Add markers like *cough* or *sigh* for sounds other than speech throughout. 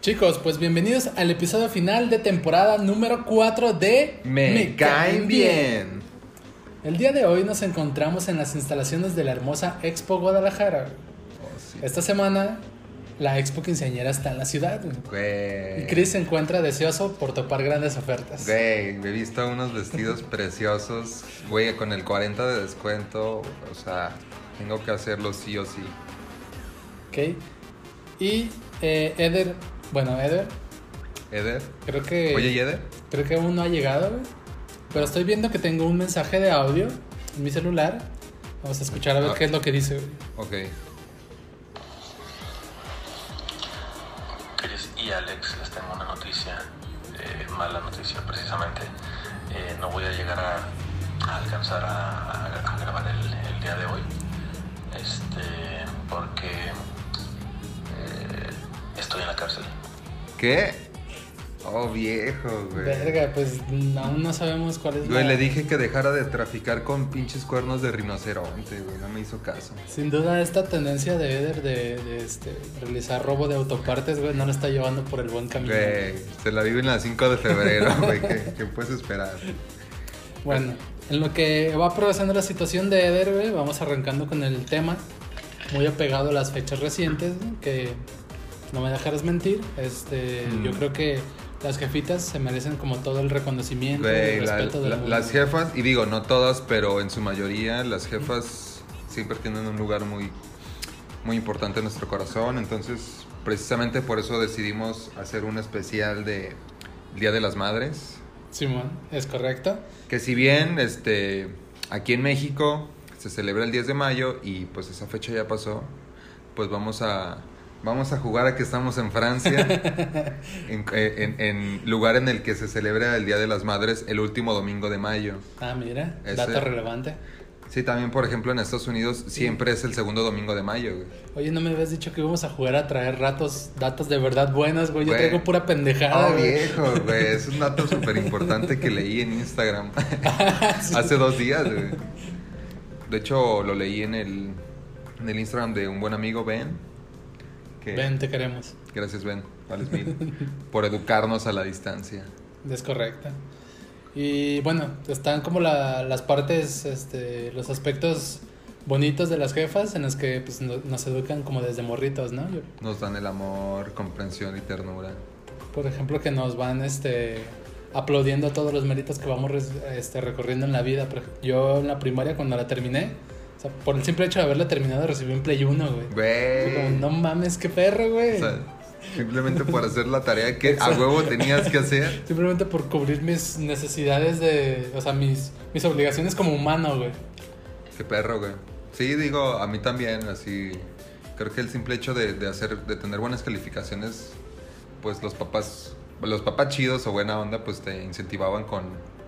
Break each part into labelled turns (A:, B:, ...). A: Chicos, pues bienvenidos al episodio final de temporada número 4 de... El día de hoy nos encontramos en las instalaciones de la hermosa Expo Guadalajara. Esta semana la Expo Quinceañera está en la ciudad. Y
B: Güey.
A: Chris se encuentra deseoso por topar grandes ofertas.
B: Güey, he visto
A: *laughs*
B: unos vestidos preciosos. Güey, con el 40 de descuento. O sea, tengo que hacerlo sí o sí.
A: ¿Ok? Y eh, Eder, bueno, Eder,
B: Eder.
A: creo que...
B: Oye, ¿y Eder?
A: Creo que aún no ha llegado, güey. Pero estoy viendo que tengo un mensaje de audio en mi celular. Vamos a escuchar a ver
B: Ah.
A: qué es lo que dice, güey.
B: Ok.
C: Chris y Alex, les tengo una noticia, eh, mala noticia precisamente. Eh, no voy a llegar a, a alcanzar a, a- a grabar el, el día de hoy, este, porque eh, estoy en la cárcel.
B: ¿Qué? Oh, viejo, güey.
A: Verga, pues mm, aún no sabemos cuál es
B: Güey,
A: la-
B: le dije que dejara de traficar con pinches cuernos de rinoceronte, güey. No me hizo caso.
A: Sin duda esta tendencia de Eder de, de, este, realizar robo de autopartes, güey, no lo está llevando por el buen camino.
B: Güey, se la viven las 5 de febrero, *laughs* güey. ¿Qué, qué puedes esperar?
A: Bueno, en lo que va progresando la situación de Eder, güey, vamos arrancando con el tema. Muy apegado a las fechas recientes, ¿no? que no me dejarás mentir. Este,
B: Mm.
A: Yo creo que las jefitas se merecen como todo el reconocimiento y
B: Güey,
A: el
B: la-
A: respeto del
B: la-
A: mundo.
B: las jefas, y digo, no todas, pero en su mayoría, las jefas siempre tienen un lugar muy, muy importante en nuestro corazón. Entonces, precisamente por eso decidimos hacer un especial de Día de las Madres.
A: Simón, es correcto.
B: Que si bien este, aquí en México se celebra el 10 de mayo y pues esa fecha ya pasó, pues vamos a, vamos a jugar a que estamos en Francia, en, eh, en- en lugar en el que se celebra el Día de las Madres el último domingo de mayo.
A: Ah, mira,
B: Ese-
A: dato relevante.
B: Sí, también por ejemplo en Estados Unidos siempre es el segundo domingo de mayo. güey.
A: Oye, ¿no me habías dicho que íbamos a jugar a traer ratos, datos de verdad buenas, güey? Yo
B: Güey.
A: traigo pura pendejada,
B: Oh,
A: Ah, güey.
B: viejo, güey, es un dato súper importante que leí en Instagram
A: *laughs*
B: hace dos días, güey. De hecho, lo leí en el, en el Instagram de un buen amigo, Ben. que-
A: Ven, te queremos.
B: Gracias, Ben. Vales mil. Por educarnos a la distancia.
A: Es correcto. Y bueno, están como la- las partes, este, los aspectos bonitos de las jefas en las que pues, no- nos educan como desde morritos, ¿no? Yo-
B: Nos dan el amor, comprensión y ternura.
A: por ejemplo, que nos van este, aplaudiendo todos los méritos que vamos res- este, recorriendo en la vida. Por ej- Yo en la primaria cuando la terminé, o sea, por el simple hecho de haberla terminado recibí un Play 1, güey. Fue como,
B: Güey.
A: no mames, qué perro, güey.
B: O sea, simplemente por hacer la tarea que a huevo tenías que hacer.
A: Simplemente por cubrir mis necesidades de, o sea, mis, mis obligaciones como humano, güey.
B: Qué perro, güey. Sí, digo, a mí también, así. Creo que el simple hecho de, de hacer, de tener buenas calificaciones, pues los papás, los papás chidos o buena onda, pues te incentivaban con,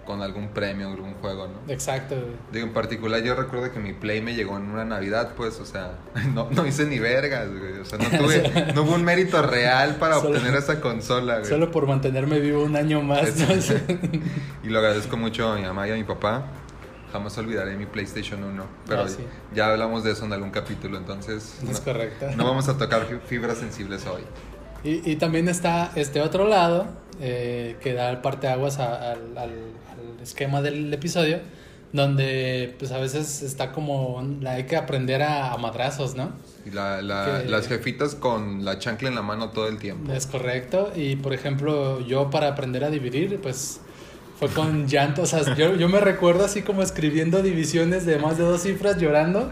B: con algún premio, algún juego, ¿no?
A: Exacto, güey.
B: Digo, en particular yo recuerdo que mi Play me llegó en una Navidad, pues, o sea, *laughs* no, no hice ni vergas, güey. O sea, no
A: *laughs*
B: tuve, no hubo un mérito real para
A: Solo-
B: obtener esa consola, güey.
A: Solo por mantenerme vivo un año más.
B: *laughs*
A: ¿no?
B: Y lo agradezco mucho a mi mamá y a mi papá. Jamás olvidaré mi PlayStation 1. Pero
A: Ah, sí.
B: ya hablamos de eso en algún capítulo, entonces
A: Es
B: no,
A: correcto.
B: no vamos a tocar fi- fibras sensibles hoy.
A: Y, y también está este otro lado eh, que da el parteaguas a- al, al- al esquema del episodio, donde pues a veces está como la hay que aprender a, a madrazos, ¿no?
B: Y la- la-
A: Que-
B: las jefitas con la chancla en la mano todo el tiempo.
A: Es correcto. Y por ejemplo, yo para aprender a dividir, pues Fue
B: *laughs*
A: con llanto, o sea, yo, yo me recuerdo así como escribiendo divisiones de más de dos cifras,
B: *laughs*
A: llorando,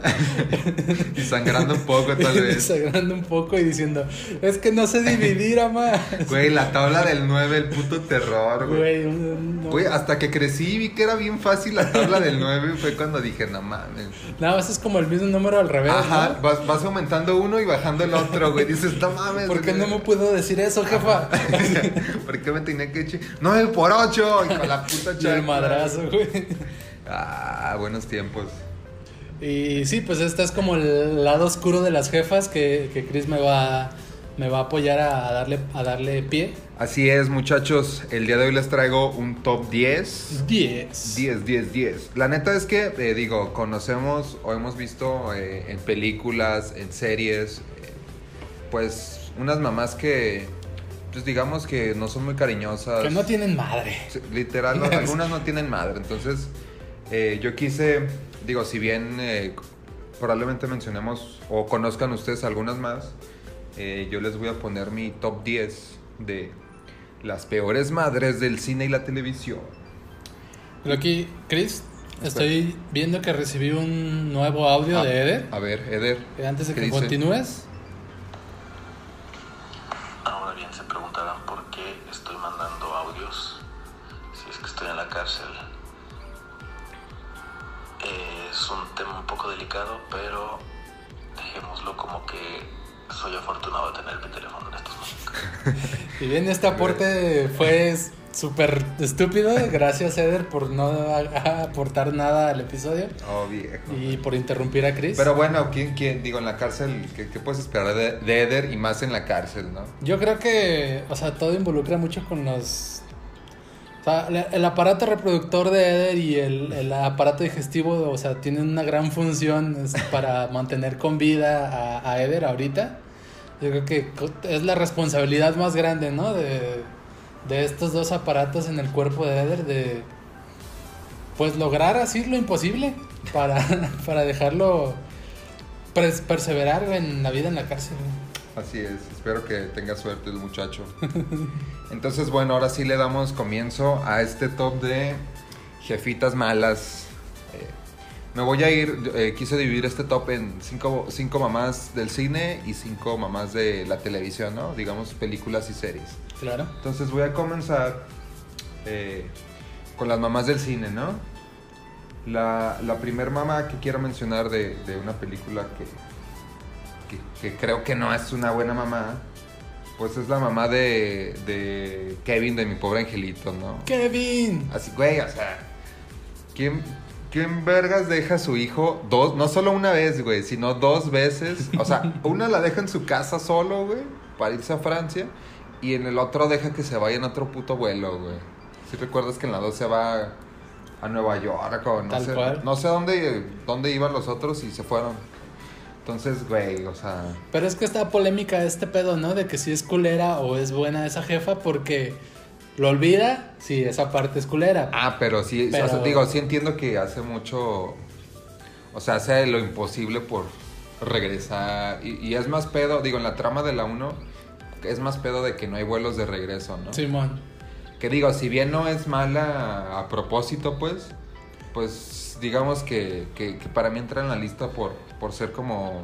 B: Sangrando un poco,
A: *laughs*
B: tal vez.
A: desagrando un poco y diciendo, es que no sé dividir,
B: *laughs*
A: ama.
B: Güey, la tabla del 9, el puto terror,
A: Güey,
B: güey.
A: no.
B: Güey, hasta que crecí y vi que era bien fácil la tabla del 9, fue cuando dije, no mames.
A: Nada más es como el mismo número al revés.
B: Ajá,
A: ¿no?
B: vas, vas aumentando uno y bajando el otro, güey. Dices, no mames.
A: ¿Por qué
B: güey".
A: no me puedo decir eso,
B: *laughs*
A: jefa?
B: ¿Por qué me tenía que echar? 9 por 8, y con la puta
A: Y el
B: chancla.
A: madrazo, güey.
B: Ah, buenos tiempos.
A: Y sí, pues este es como el lado oscuro de las jefas que, que Chris me va, me va a apoyar a darle, a darle pie.
B: Así es, muchachos. El día de hoy les traigo un top 10.
A: 10.
B: 10, 10, 10. La neta es que, eh, digo, conocemos o hemos visto eh, en películas, en series, eh, pues unas mamás que, pues digamos que no son muy cariñosas.
A: Que no tienen madre.
B: Sí, Literal, no, algunas no tienen madre. Entonces, eh, yo quise, digo, si bien eh, probablemente mencionemos o conozcan ustedes algunas más, eh, yo les voy a poner mi top 10 de las peores madres del cine y la televisión.
A: Loki, Chris, estoy viendo que recibí un nuevo audio
B: Ah,
A: de Eder.
B: A ver, Eder.
A: Eh, Antes de
B: ¿qué
A: que
B: dice?
A: continúes,
C: Ahora bien, se preguntarán por qué estoy mandando audios si es que estoy en la cárcel. Eh, Es un tema un poco delicado, pero dejémoslo como que soy afortunado de tener mi teléfono en estos momentos.
A: si bien este aporte fue s- súper estúpido, gracias Eder por no a- aportar nada al episodio
B: Oh, viejo.
A: y por interrumpir a Chris.
B: Pero bueno, ¿quién, quién? Digo, en la cárcel, ¿qué, qué puedes esperar de, de Eder y más en la cárcel, no?
A: Yo creo que, o sea, todo involucra mucho con los... O sea, la- el aparato reproductor de Eder y el, el aparato digestivo, o sea, tienen una gran función es, *laughs* para mantener con vida a, a Eder ahorita. Yo creo que co- es la responsabilidad más grande, ¿no? De, de estos dos aparatos en el cuerpo de Eder, de pues lograr así lo imposible para, *laughs* para dejarlo pres- perseverar en la vida en la cárcel. güey.
B: Así es, espero que tenga suerte el muchacho. *laughs* Entonces, bueno, ahora sí le damos comienzo a este top de jefitas malas. Eh, me voy a ir, eh, quise dividir este top en cinco, cinco mamás del cine y cinco mamás de la televisión, ¿no? Digamos, películas y series.
A: Claro.
B: Entonces voy a comenzar eh, con las mamás del cine, ¿no? La, la primer mamá que quiero mencionar de, de una película que, que, que creo que no es una buena mamá, pues es la mamá de, de Kevin de mi pobre angelito, ¿no?
A: Kevin.
B: Así, güey, o sea, ¿quién, quién vergas deja a su hijo dos, no solo una vez, güey, sino dos veces?
A: *laughs*
B: O sea, una la deja en su casa solo, güey, para irse a Francia, y en el otro deja que se vaya en otro puto vuelo, güey. Si recuerdas que en la dos se va a Nueva York o no
A: Tal
B: sé,
A: cual.
B: no sé a dónde, dónde iban los otros y se fueron. Entonces, güey, o sea,
A: Pero es que está polémica este pedo, ¿no? De que si es culera o es buena esa jefa porque lo olvida si esa parte es culera.
B: Ah, pero sí, o sea,
A: Pero-
B: digo, sí entiendo que hace mucho. O sea, hace lo imposible por regresar. Y, y es más pedo, digo, en la trama de la 1, es más pedo de que no hay vuelos de regreso, ¿no?
A: Simón.
B: Que digo, si bien no es mala a propósito, pues, pues digamos que, que- que para mí entra en la lista por, por ser como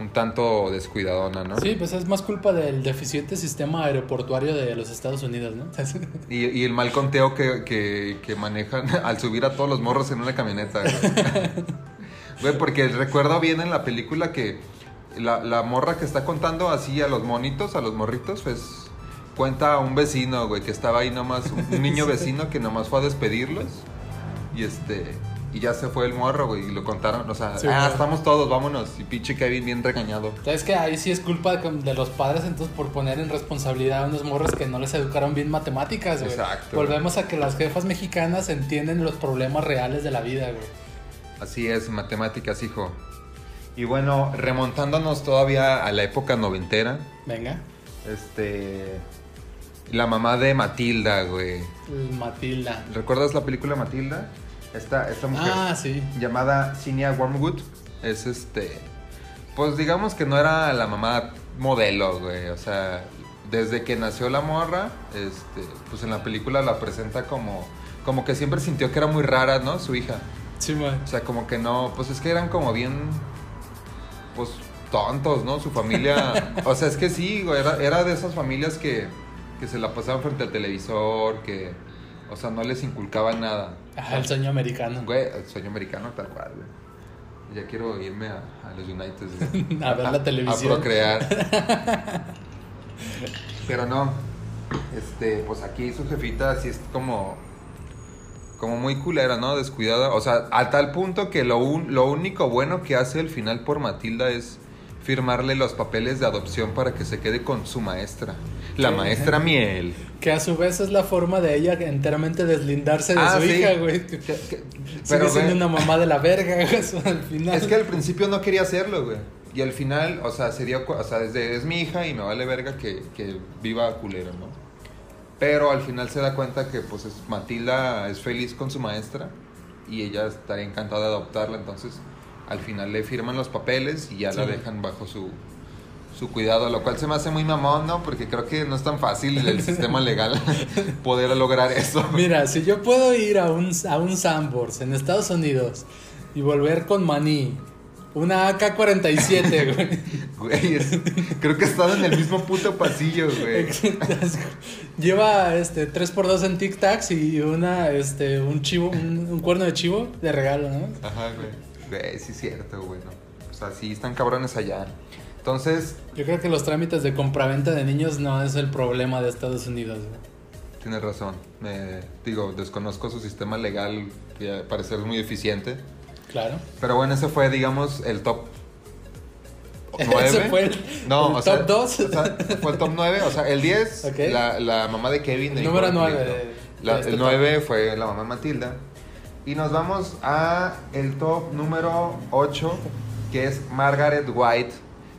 B: un tanto descuidadona, ¿no?
A: Sí, pues es más culpa del deficiente sistema aeroportuario de los Estados Unidos, ¿no? *laughs*
B: Y, y el mal conteo que, que- que manejan *laughs* al subir a todos los morros en una camioneta. güey. Güey, porque recuerdo bien en la película que la, la morra que está contando así a los monitos, a los morritos, pues cuenta a un vecino, güey, que estaba ahí nomás, un, un niño vecino que nomás fue a despedirlos. Y este. Y ya se fue el morro, güey, y lo contaron, o sea,
A: Sí,
B: ah,
A: güey.
B: estamos todos, vámonos. Y pinche Kevin bien regañado.
A: Sabes que ahí sí es culpa de, de los padres entonces por poner en responsabilidad a unos morros que no les educaron bien matemáticas, güey.
B: Exacto.
A: Volvemos a que las jefas mexicanas entienden los problemas reales de la vida, güey.
B: Así es, matemáticas, hijo. Y bueno, remontándonos todavía a la época noventera,
A: Venga.
B: este. La mamá de Matilda, güey.
A: Matilda.
B: ¿Recuerdas la película Matilda? Esta, esta mujer
A: Ah, sí.
B: llamada Cinia Wormwood es este. Pues digamos que no era la mamá modelo, güey. O sea, desde que nació la morra, este, pues en la película la presenta como como que siempre sintió que era muy rara, ¿no? Su hija.
A: Sí, man.
B: O sea, como que no, pues es que eran como bien, pues tontos, ¿no? Su familia, o sea, es que sí, güey, era, era de esas familias que, que se la pasaban frente al televisor, que, o sea, no les inculcaban nada.
A: Ajá, el sueño americano.
B: Güey, el sueño americano tal cual, güey. Ya quiero irme a, a los United.
A: *laughs*
B: güey.
A: A ver la televisión.
B: A procrear.
A: *laughs*
B: Pero no. Este, pues aquí su jefita así es como. Como muy culera, ¿no? Descuidada. O sea, a tal punto que lo, un- lo único bueno que hace el final por Matilda es firmarle los papeles de adopción para que se quede con su maestra. La
A: Sí. *laughs*
B: maestra miel.
A: Que a su vez es la forma de ella enteramente deslindarse de
B: Ah,
A: su
B: sí.
A: hija, güey.
B: Que-
A: Sigue
B: que- pero,
A: siendo
B: güey,
A: una mamá de la verga, güey, eso al final.
B: Es que al principio no quería hacerlo, güey. Y al final, o sea, se dio cu- O sea, desde es mi hija y me vale verga que, que viva culero, ¿no? Pero al final se da cuenta que, pues, es- Matilda es feliz con su maestra y ella estaría encantada de adoptarla. Entonces, al final le firman los papeles y ya la
A: Sí.
B: dejan bajo su, su cuidado, lo cual se me hace muy mamón, ¿no? Porque creo que no es tan fácil el sistema legal *laughs* poder lograr eso. *laughs*
A: Mira, si yo puedo ir a un, a un Sambors en Estados Unidos y volver con maní, una
B: *laughs*
A: AK-47, güey.
B: Güey, es- creo que estaba en el mismo puto pasillo, güey.
A: Lleva este 3x2 en Tic Tacs y una este un chivo, un, un cuerno de chivo de regalo, ¿no?
B: Ajá, güey. Güey, Eh, sí es cierto, güey. no. O sea, sí están cabrones allá. Entonces,
A: Yo creo que los trámites de compraventa de niños no es el problema de Estados Unidos, güey.
B: tienes razón. Me, digo, desconozco su sistema legal, que al parecer es muy eficiente.
A: Claro.
B: Pero bueno, ese fue, digamos, el top
A: *laughs* Ese
B: 9.
A: fue el- el
B: o
A: top
B: sea,
A: dos.
B: o sea, fue el top 9. O sea, el
A: *laughs*
B: 10,
A: Ok.
B: la, la mamá de Kevin. del
A: Número
B: Hijo del
A: nueve
B: Proyecto.
A: de-
B: La-
A: de este
B: el
A: top.
B: 9 fue la mamá Matilda. Y nos vamos a el top número 8, que es Margaret White,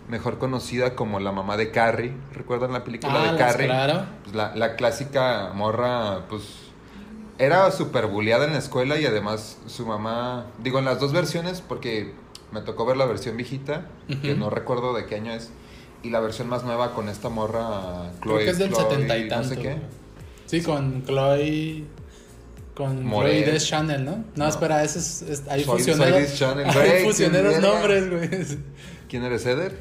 B: mejor conocida como la mamá de Carrie. ¿Recuerdan la película
A: Ah,
B: de
A: las-
B: Carrie?
A: claro.
B: Pues la, la clásica morra, pues era súper bulleada en la escuela y además su mamá, digo en las dos versiones, porque me tocó ver la versión viejita, que no recuerdo de qué año es, y la versión más nueva con esta morra Chloe.
A: Creo que es del
B: Chloe,
A: setenta y
B: no
A: tanto.
B: sé qué.
A: güey. Sí, con Chloe. Con
B: Moret.
A: Chloe Deschanel, Channel, ¿no? No,
B: No.
A: espera, ese es. es- ahí
B: Soy-
A: fusionaron.
B: soy Deschanel,
A: ahí
B: güey, qué
A: fusionaron
B: mierda.
A: nombres, güey. *laughs*
B: ¿Quién eres Eder?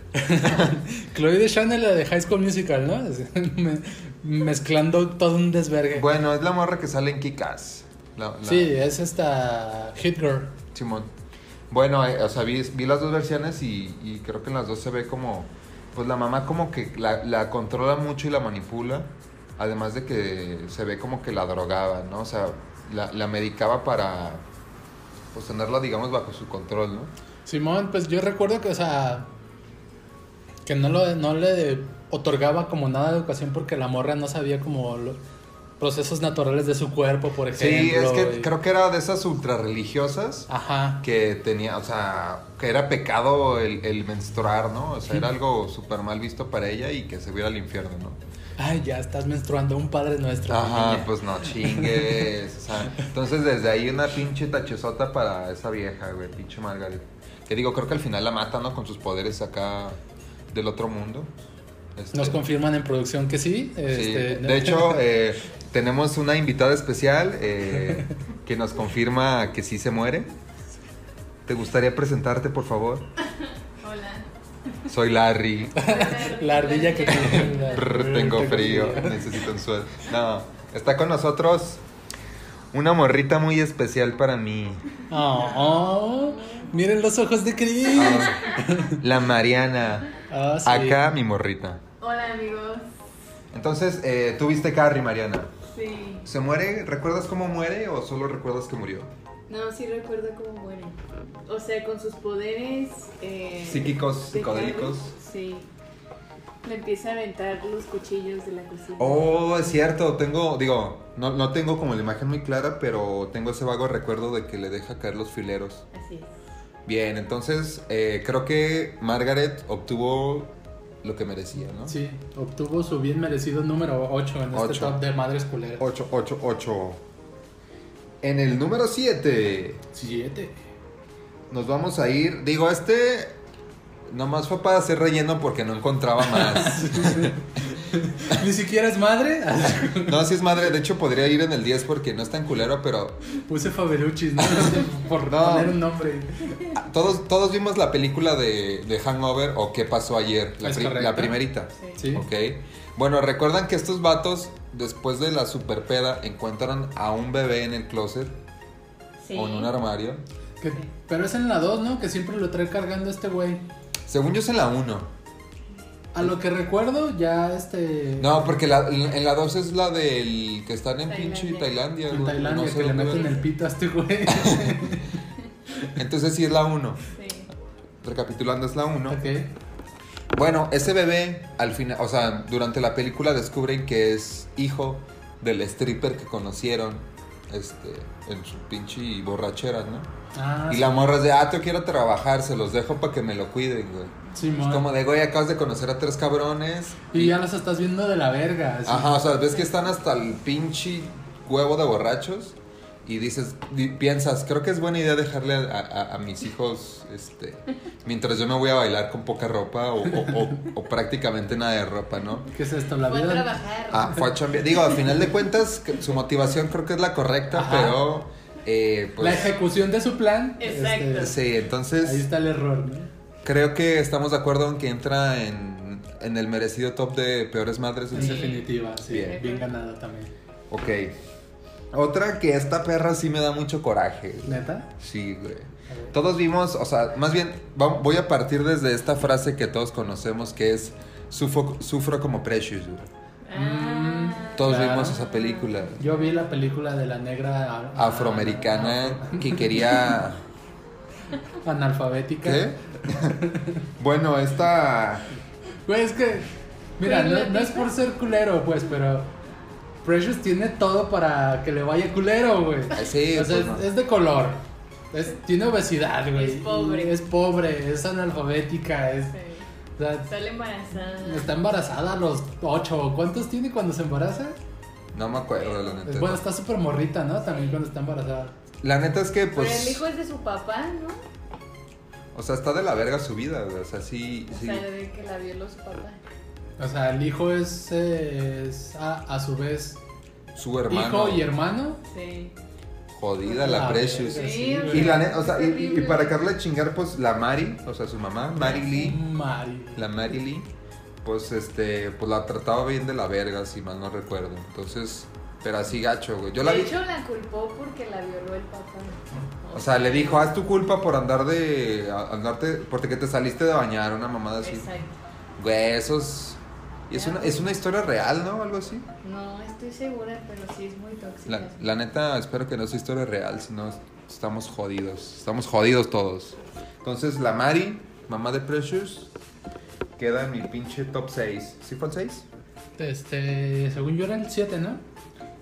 A: Chloe Deschanel, la de High School Musical, ¿no? *laughs* Es- me- mezclando todo un desvergue.
B: Bueno, es la morra que sale en Kikas. La, la-
A: Sí, es esta. Hit Girl.
B: Simón. Bueno, eh, o sea, vi, vi las dos versiones y, y creo que en las dos se ve como, pues la mamá como que la, la controla mucho y la manipula, además de que se ve como que la drogaba, ¿no? O sea, la, la medicaba para, pues tenerla, digamos, bajo su control, ¿no?
A: Simón, pues yo recuerdo que, o sea, que no, lo, no le otorgaba como nada de educación porque la morra no sabía como los procesos naturales de su cuerpo, por
B: Sí,
A: ejemplo.
B: es que
A: y-
B: creo que era de esas ultra religiosas
A: Ajá.
B: que tenía, o sea, que era pecado el, el menstruar, ¿no? O sea, era algo súper mal visto para ella y que se viera al infierno, ¿no?
A: Ay, ya estás menstruando un padre nuestro.
B: Ajá,
A: niña.
B: pues no chingues. o sea, entonces desde ahí una pinche tachezota para esa vieja, güey, pinche Margaret. Que digo, creo que al final la mata, ¿no? Con sus poderes acá del otro mundo. Este,
A: Nos
B: sí.
A: confirman en producción que sí. este, *laughs*
B: De hecho, eh, tenemos una invitada especial eh, que nos confirma que sí se muere. ¿Te gustaría presentarte, por favor?
D: Hola.
A: *laughs*
B: Soy Larry.
A: la ardilla que
B: *laughs* Brr, tengo frío, necesito un suéter. No, está con nosotros una morrita muy especial para mí.
A: Oh, oh, miren los ojos de Chris.
B: La Mariana.
A: Ah, sí.
B: Acá mi morrita.
D: Hola amigos.
B: Entonces, eh, tú viste Carrie, Mariana.
D: Sí.
B: ¿Se muere? ¿Recuerdas cómo muere o solo recuerdas que murió?
D: No, sí recuerdo cómo muere. O sea, con sus poderes. Eh,
B: Psíquicos,
D: de Harry.
B: psicodélicos.
D: Sí. Le empieza a aventar los cuchillos de la cocina.
B: Oh, es cierto, tengo, digo, no, no tengo como la imagen muy clara, pero tengo ese vago recuerdo de que le deja caer los fileros.
D: Así es.
B: Bien, entonces eh, creo que Margaret obtuvo lo que merecía, ¿no?
A: Sí, obtuvo su bien merecido número 8 en este
B: Ocho.
A: top de madres culeras.
B: 8, 8, 8. En el número 7
A: Siete. *laughs*
B: nos vamos a ir. Digo, *laughs* este nomás fue para hacer relleno porque no encontraba más.
A: Ni siquiera es madre. *laughs*
B: No, si es madre, de hecho podría ir en el 10 porque no es tan culero, pero
A: Puse Fabeluchis,
B: *laughs*
A: ¿no? Por
B: No.
A: poner un nombre.
B: todos, todos vimos la película de, de Hangover o qué pasó ayer, la,
A: Es
B: pri-
A: correcto.
B: la primerita.
A: Sí.
B: Ok. Bueno, recuerdan que estos vatos, después de la super peda, encuentran a un bebé en el closet
D: Sí.
B: o en un armario.
A: Que- pero es en la 2, ¿no? Que siempre lo trae cargando este güey.
B: Según yo es en la 1.
A: A lo que recuerdo, ya este.
B: No, porque la- en la 2 es la del que están en pinche Tailandia.
A: En
B: güey,
A: Tailandia,
B: no sé
A: que le
B: dónde
A: meten
B: era.
A: el pito a este
B: *laughs*
A: güey.
B: Entonces sí es la 1.
D: Sí.
B: Recapitulando, es la 1.
A: ok.
B: Bueno, ese bebé, al final, o sea, durante la película descubren que es hijo del stripper que conocieron este, en su pinche borrachera, ¿no?
A: Ah,
B: Y la morra es de, ah, te quiero trabajar, se los dejo para que me lo cuiden, güey.
A: sí,
B: Es
A: mon.
B: como de, güey, acabas de conocer a tres cabrones.
A: Y ya los estás viendo de la verga. así.
B: Ajá, o sea, ves que están hasta el pinche huevo de borrachos. Y dices, di- piensas, creo que es buena idea dejarle a, a- a mis hijos,
A: *laughs*
B: este, mientras yo me voy a bailar con poca ropa o, o- o- o prácticamente nada de ropa, ¿no?
A: ¿Qué es esto? La
D: Fue a
A: vida.
D: trabajar.
B: Ah, fue a chambear. Digo, al final de cuentas, que su motivación creo que es la correcta,
A: Ajá.
B: pero, eh,
A: La
B: pues,
A: ejecución de su plan.
D: Exacto.
A: este,
B: sí, entonces...
A: ahí está el error, ¿no?
B: Creo que estamos de acuerdo en que entra en, en el merecido top de peores madres
A: En
B: del cine.
A: definitiva, sí.
B: Bien.
A: Bien, ganado también.
B: Ok. Otra que esta perra sí me da mucho coraje.
A: ¿Neta?
B: Sí, güey. Todos vimos, o sea, más bien va- voy a partir desde esta frase que todos conocemos que es sufro, sufro como Precious, güey.
D: Ah.
B: Todos
A: Claro.
B: vimos esa película
A: Yo vi la película de la negra a-
B: afroamericana que
A: *laughs*
B: quería
A: a- analfabética.
B: ¿Qué? *laughs* bueno, esta
A: Güey, es que. Mira,
D: Pero
A: no,
D: la
A: no es
D: tipa-
A: por ser culero, pues, pero. Precious tiene todo para que le vaya culero, güey.
B: Ay, sí,
A: o sea,
B: pues,
A: es,
B: no.
A: es de color. Es- tiene obesidad, güey.
D: Es pobre.
A: y Es pobre, es analfabética, es.
D: Sí.
A: o sea,
D: Sale embarazada.
A: está embarazada a los 8. ¿Cuántos tiene cuando se embaraza?
B: no me acuerdo la neta.
A: Es- bueno, está súper morrita, ¿no? También cuando está embarazada.
B: La neta es que
D: Pero
B: pues
D: el hijo es de su papá, ¿no?
B: O sea, está de la verga su vida, güey. O sea, sí.
D: O
B: sí.
D: sea, de que la violó su papá.
A: O sea, el hijo es, eh, es a, a su vez
B: su hermano.
A: hijo y hermano.
D: Sí.
B: Jodida la
A: Ah,
B: Precious.
A: verga,
D: Sí,
A: güey.
B: Y la neta, o sea, y- y,
D: Terrible.
B: y para Carla chingar, pues la Mari, o sea, su mamá, Mari Lee,
A: Mari.
B: la Mari Lee, pues este, pues la trataba bien de la verga, si mal no recuerdo. Entonces, pero así gacho, güey. Yo la
D: de
B: vi.
D: hecho, la culpó porque la violó el papá.
B: O sea, le dijo, haz tu culpa por andar de. a- andarte. porque te saliste de bañar, una mamada así.
D: Exacto.
B: Güey, esos. Y es una, es una historia real, ¿no? Algo así.
D: No, estoy segura, pero sí es muy tóxica.
B: La, la neta, espero que no sea historia real, si no estamos jodidos. Estamos jodidos todos. Entonces, la Mari, mamá de Precious, queda en mi pinche top 6. ¿Sí fue el 6?
A: Este, según yo era el 7, ¿no?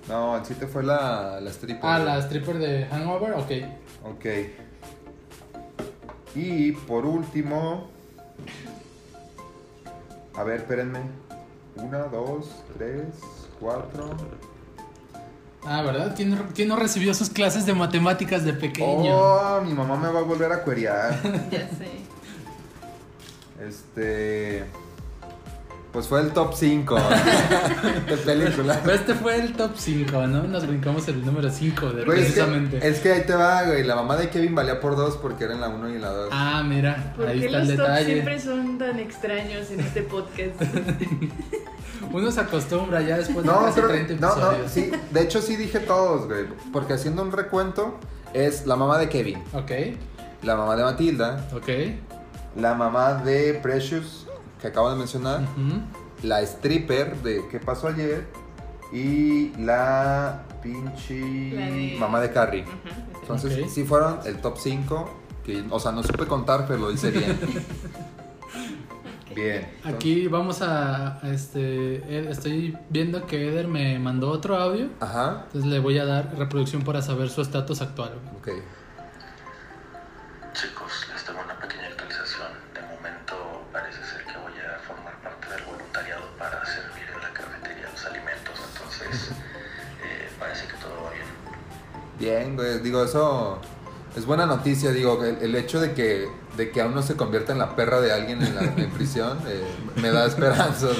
B: No, el 7 fue la, la stripper.
A: Ah, la stripper de Hangover, ok.
B: Ok. Y por último. A ver, espérenme. Una, dos, tres, cuatro.
A: Ah, ¿verdad? ¿Quién, no- quién no recibió sus clases de matemáticas de pequeño?
B: Oh, mi mamá me va a volver a cuerear.
D: *laughs* Ya sé.
B: Este. Pues fue el top 5 *laughs* de película.
A: Pero este fue el top 5, ¿no? Nos brincamos el número 5 de
B: Güey, es,
A: precisamente.
B: que, es que ahí te va, güey. La mamá de Kevin valía por dos porque era en la 1 y en la 2.
A: Ah, mira,
D: ¿Por
A: ahí
D: qué
A: está el
D: los tops
A: detalle.
D: siempre son tan extraños en este podcast?
A: Uno se acostumbra ya después de
B: no,
A: casi
B: creo-
A: 30
B: no,
A: episodios.
B: no, sí. De hecho, sí dije todos, güey. Porque haciendo un recuento, es la mamá de Kevin,
A: Ok,
B: la mamá de Matilda,
A: ok.
B: la mamá de Precious, que acabo de mencionar,
A: ujú.
B: la stripper de ¿Qué pasó ayer? Y la pinche
D: La de-
B: mamá de Carrie.
D: Ajá.
B: Entonces,
A: Ok.
B: sí fueron el top 5. Que, o sea, no supe contar, pero lo hice bien.
A: *laughs*
B: bien.
A: Aquí vamos a, a este, Ed- estoy viendo que Eder me mandó otro audio,
B: Ajá.
A: entonces le voy a dar reproducción para saber su estatus actual.
B: Ok.
C: Chicos, les tengo una pequeña actualización. De momento parece ser que voy a formar parte del voluntariado para servir en la cafetería los alimentos, *laughs* entonces eh, parece que todo va bien.
B: Bien, güey. Digo, eso es buena noticia. Digo, el, el hecho de que de que aún no se convierta en la perra de alguien en, la, en prisión, eh, me da esperanzas.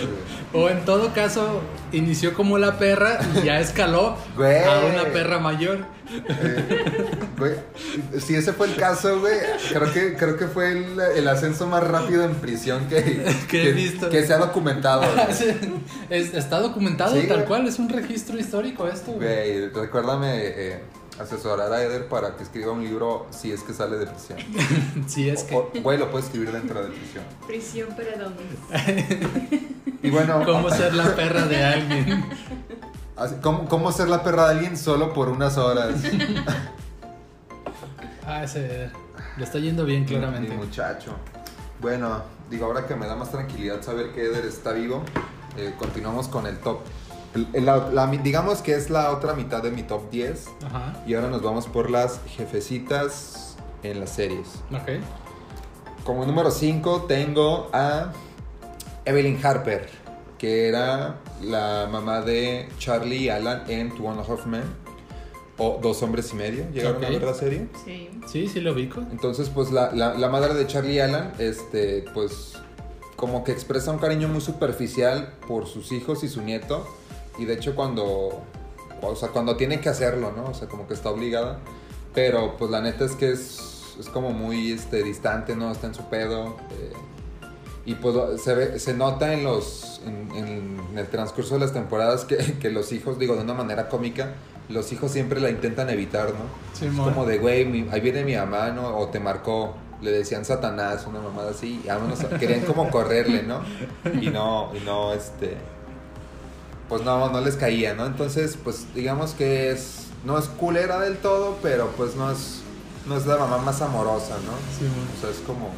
B: güey.
A: O en todo caso, inició como la perra y ya escaló
B: Güey.
A: a una perra
B: *laughs*
A: mayor.
B: Eh, güey, si ese fue el caso, güey, creo que, creo que fue el, el ascenso más rápido en prisión que,
A: *laughs* Que he visto.
B: que se ha documentado. güey.
A: Es- está documentado
B: Sí,
A: tal
B: güey.
A: cual, es un registro histórico esto. güey.
B: Güey, recuérdame eh, asesorar a Eder para que escriba un libro si es que sale de prisión.
A: Sí, es que.
B: O- o- Güey, lo puede escribir dentro de prisión.
D: Prisión para dones.
B: Y bueno,
A: ¿Cómo ser la perra de alguien?
B: así- ¿cómo, cómo ser la perra de alguien solo por unas horas?
A: Ah, ese. Le está yendo bien, claramente.
B: Mi muchacho. Bueno, digo, ahora que me da más tranquilidad saber que Eder está vivo, eh, continuamos con el top. El- el- la- la mi- digamos que es la otra mitad de mi top 10.
A: Ajá.
B: Y ahora nos vamos por las jefecitas en las series.
A: Ok.
B: Como número 5 tengo a Evelyn Harper, que era la mamá de Charlie y Alan en Two and a Half Men, o Dos Hombres y Medio. ¿Llegaron
A: Ok.
B: a ver la serie?
D: Sí.
A: Sí, sí lo ubico.
B: Entonces, pues la, la- la madre de Charlie Allen, este, pues como que expresa un cariño muy superficial por sus hijos y su nieto. Y de hecho cuando, o sea, cuando tiene que hacerlo, ¿no? O sea, como que está obligada. Pero pues la neta es que es, es como muy este, distante, ¿no? Está en su pedo. eh, y pues se, ve, se nota en, los, en, en- en el transcurso de las temporadas que, *laughs* que los hijos, digo, de una manera cómica, los hijos siempre la intentan evitar, ¿no?
A: Sí,
B: Es como de, güey, mi- ahí viene mi mamá, ¿no? O te marcó, le decían Satanás, una mamada así, y vámonos a- querían como correrle, ¿no? Y no, y no, este, pues no, no les caía, ¿no? Entonces, pues digamos que es, no es culera del todo, pero pues no es, no es la mamá más amorosa, ¿no? O sea, es como,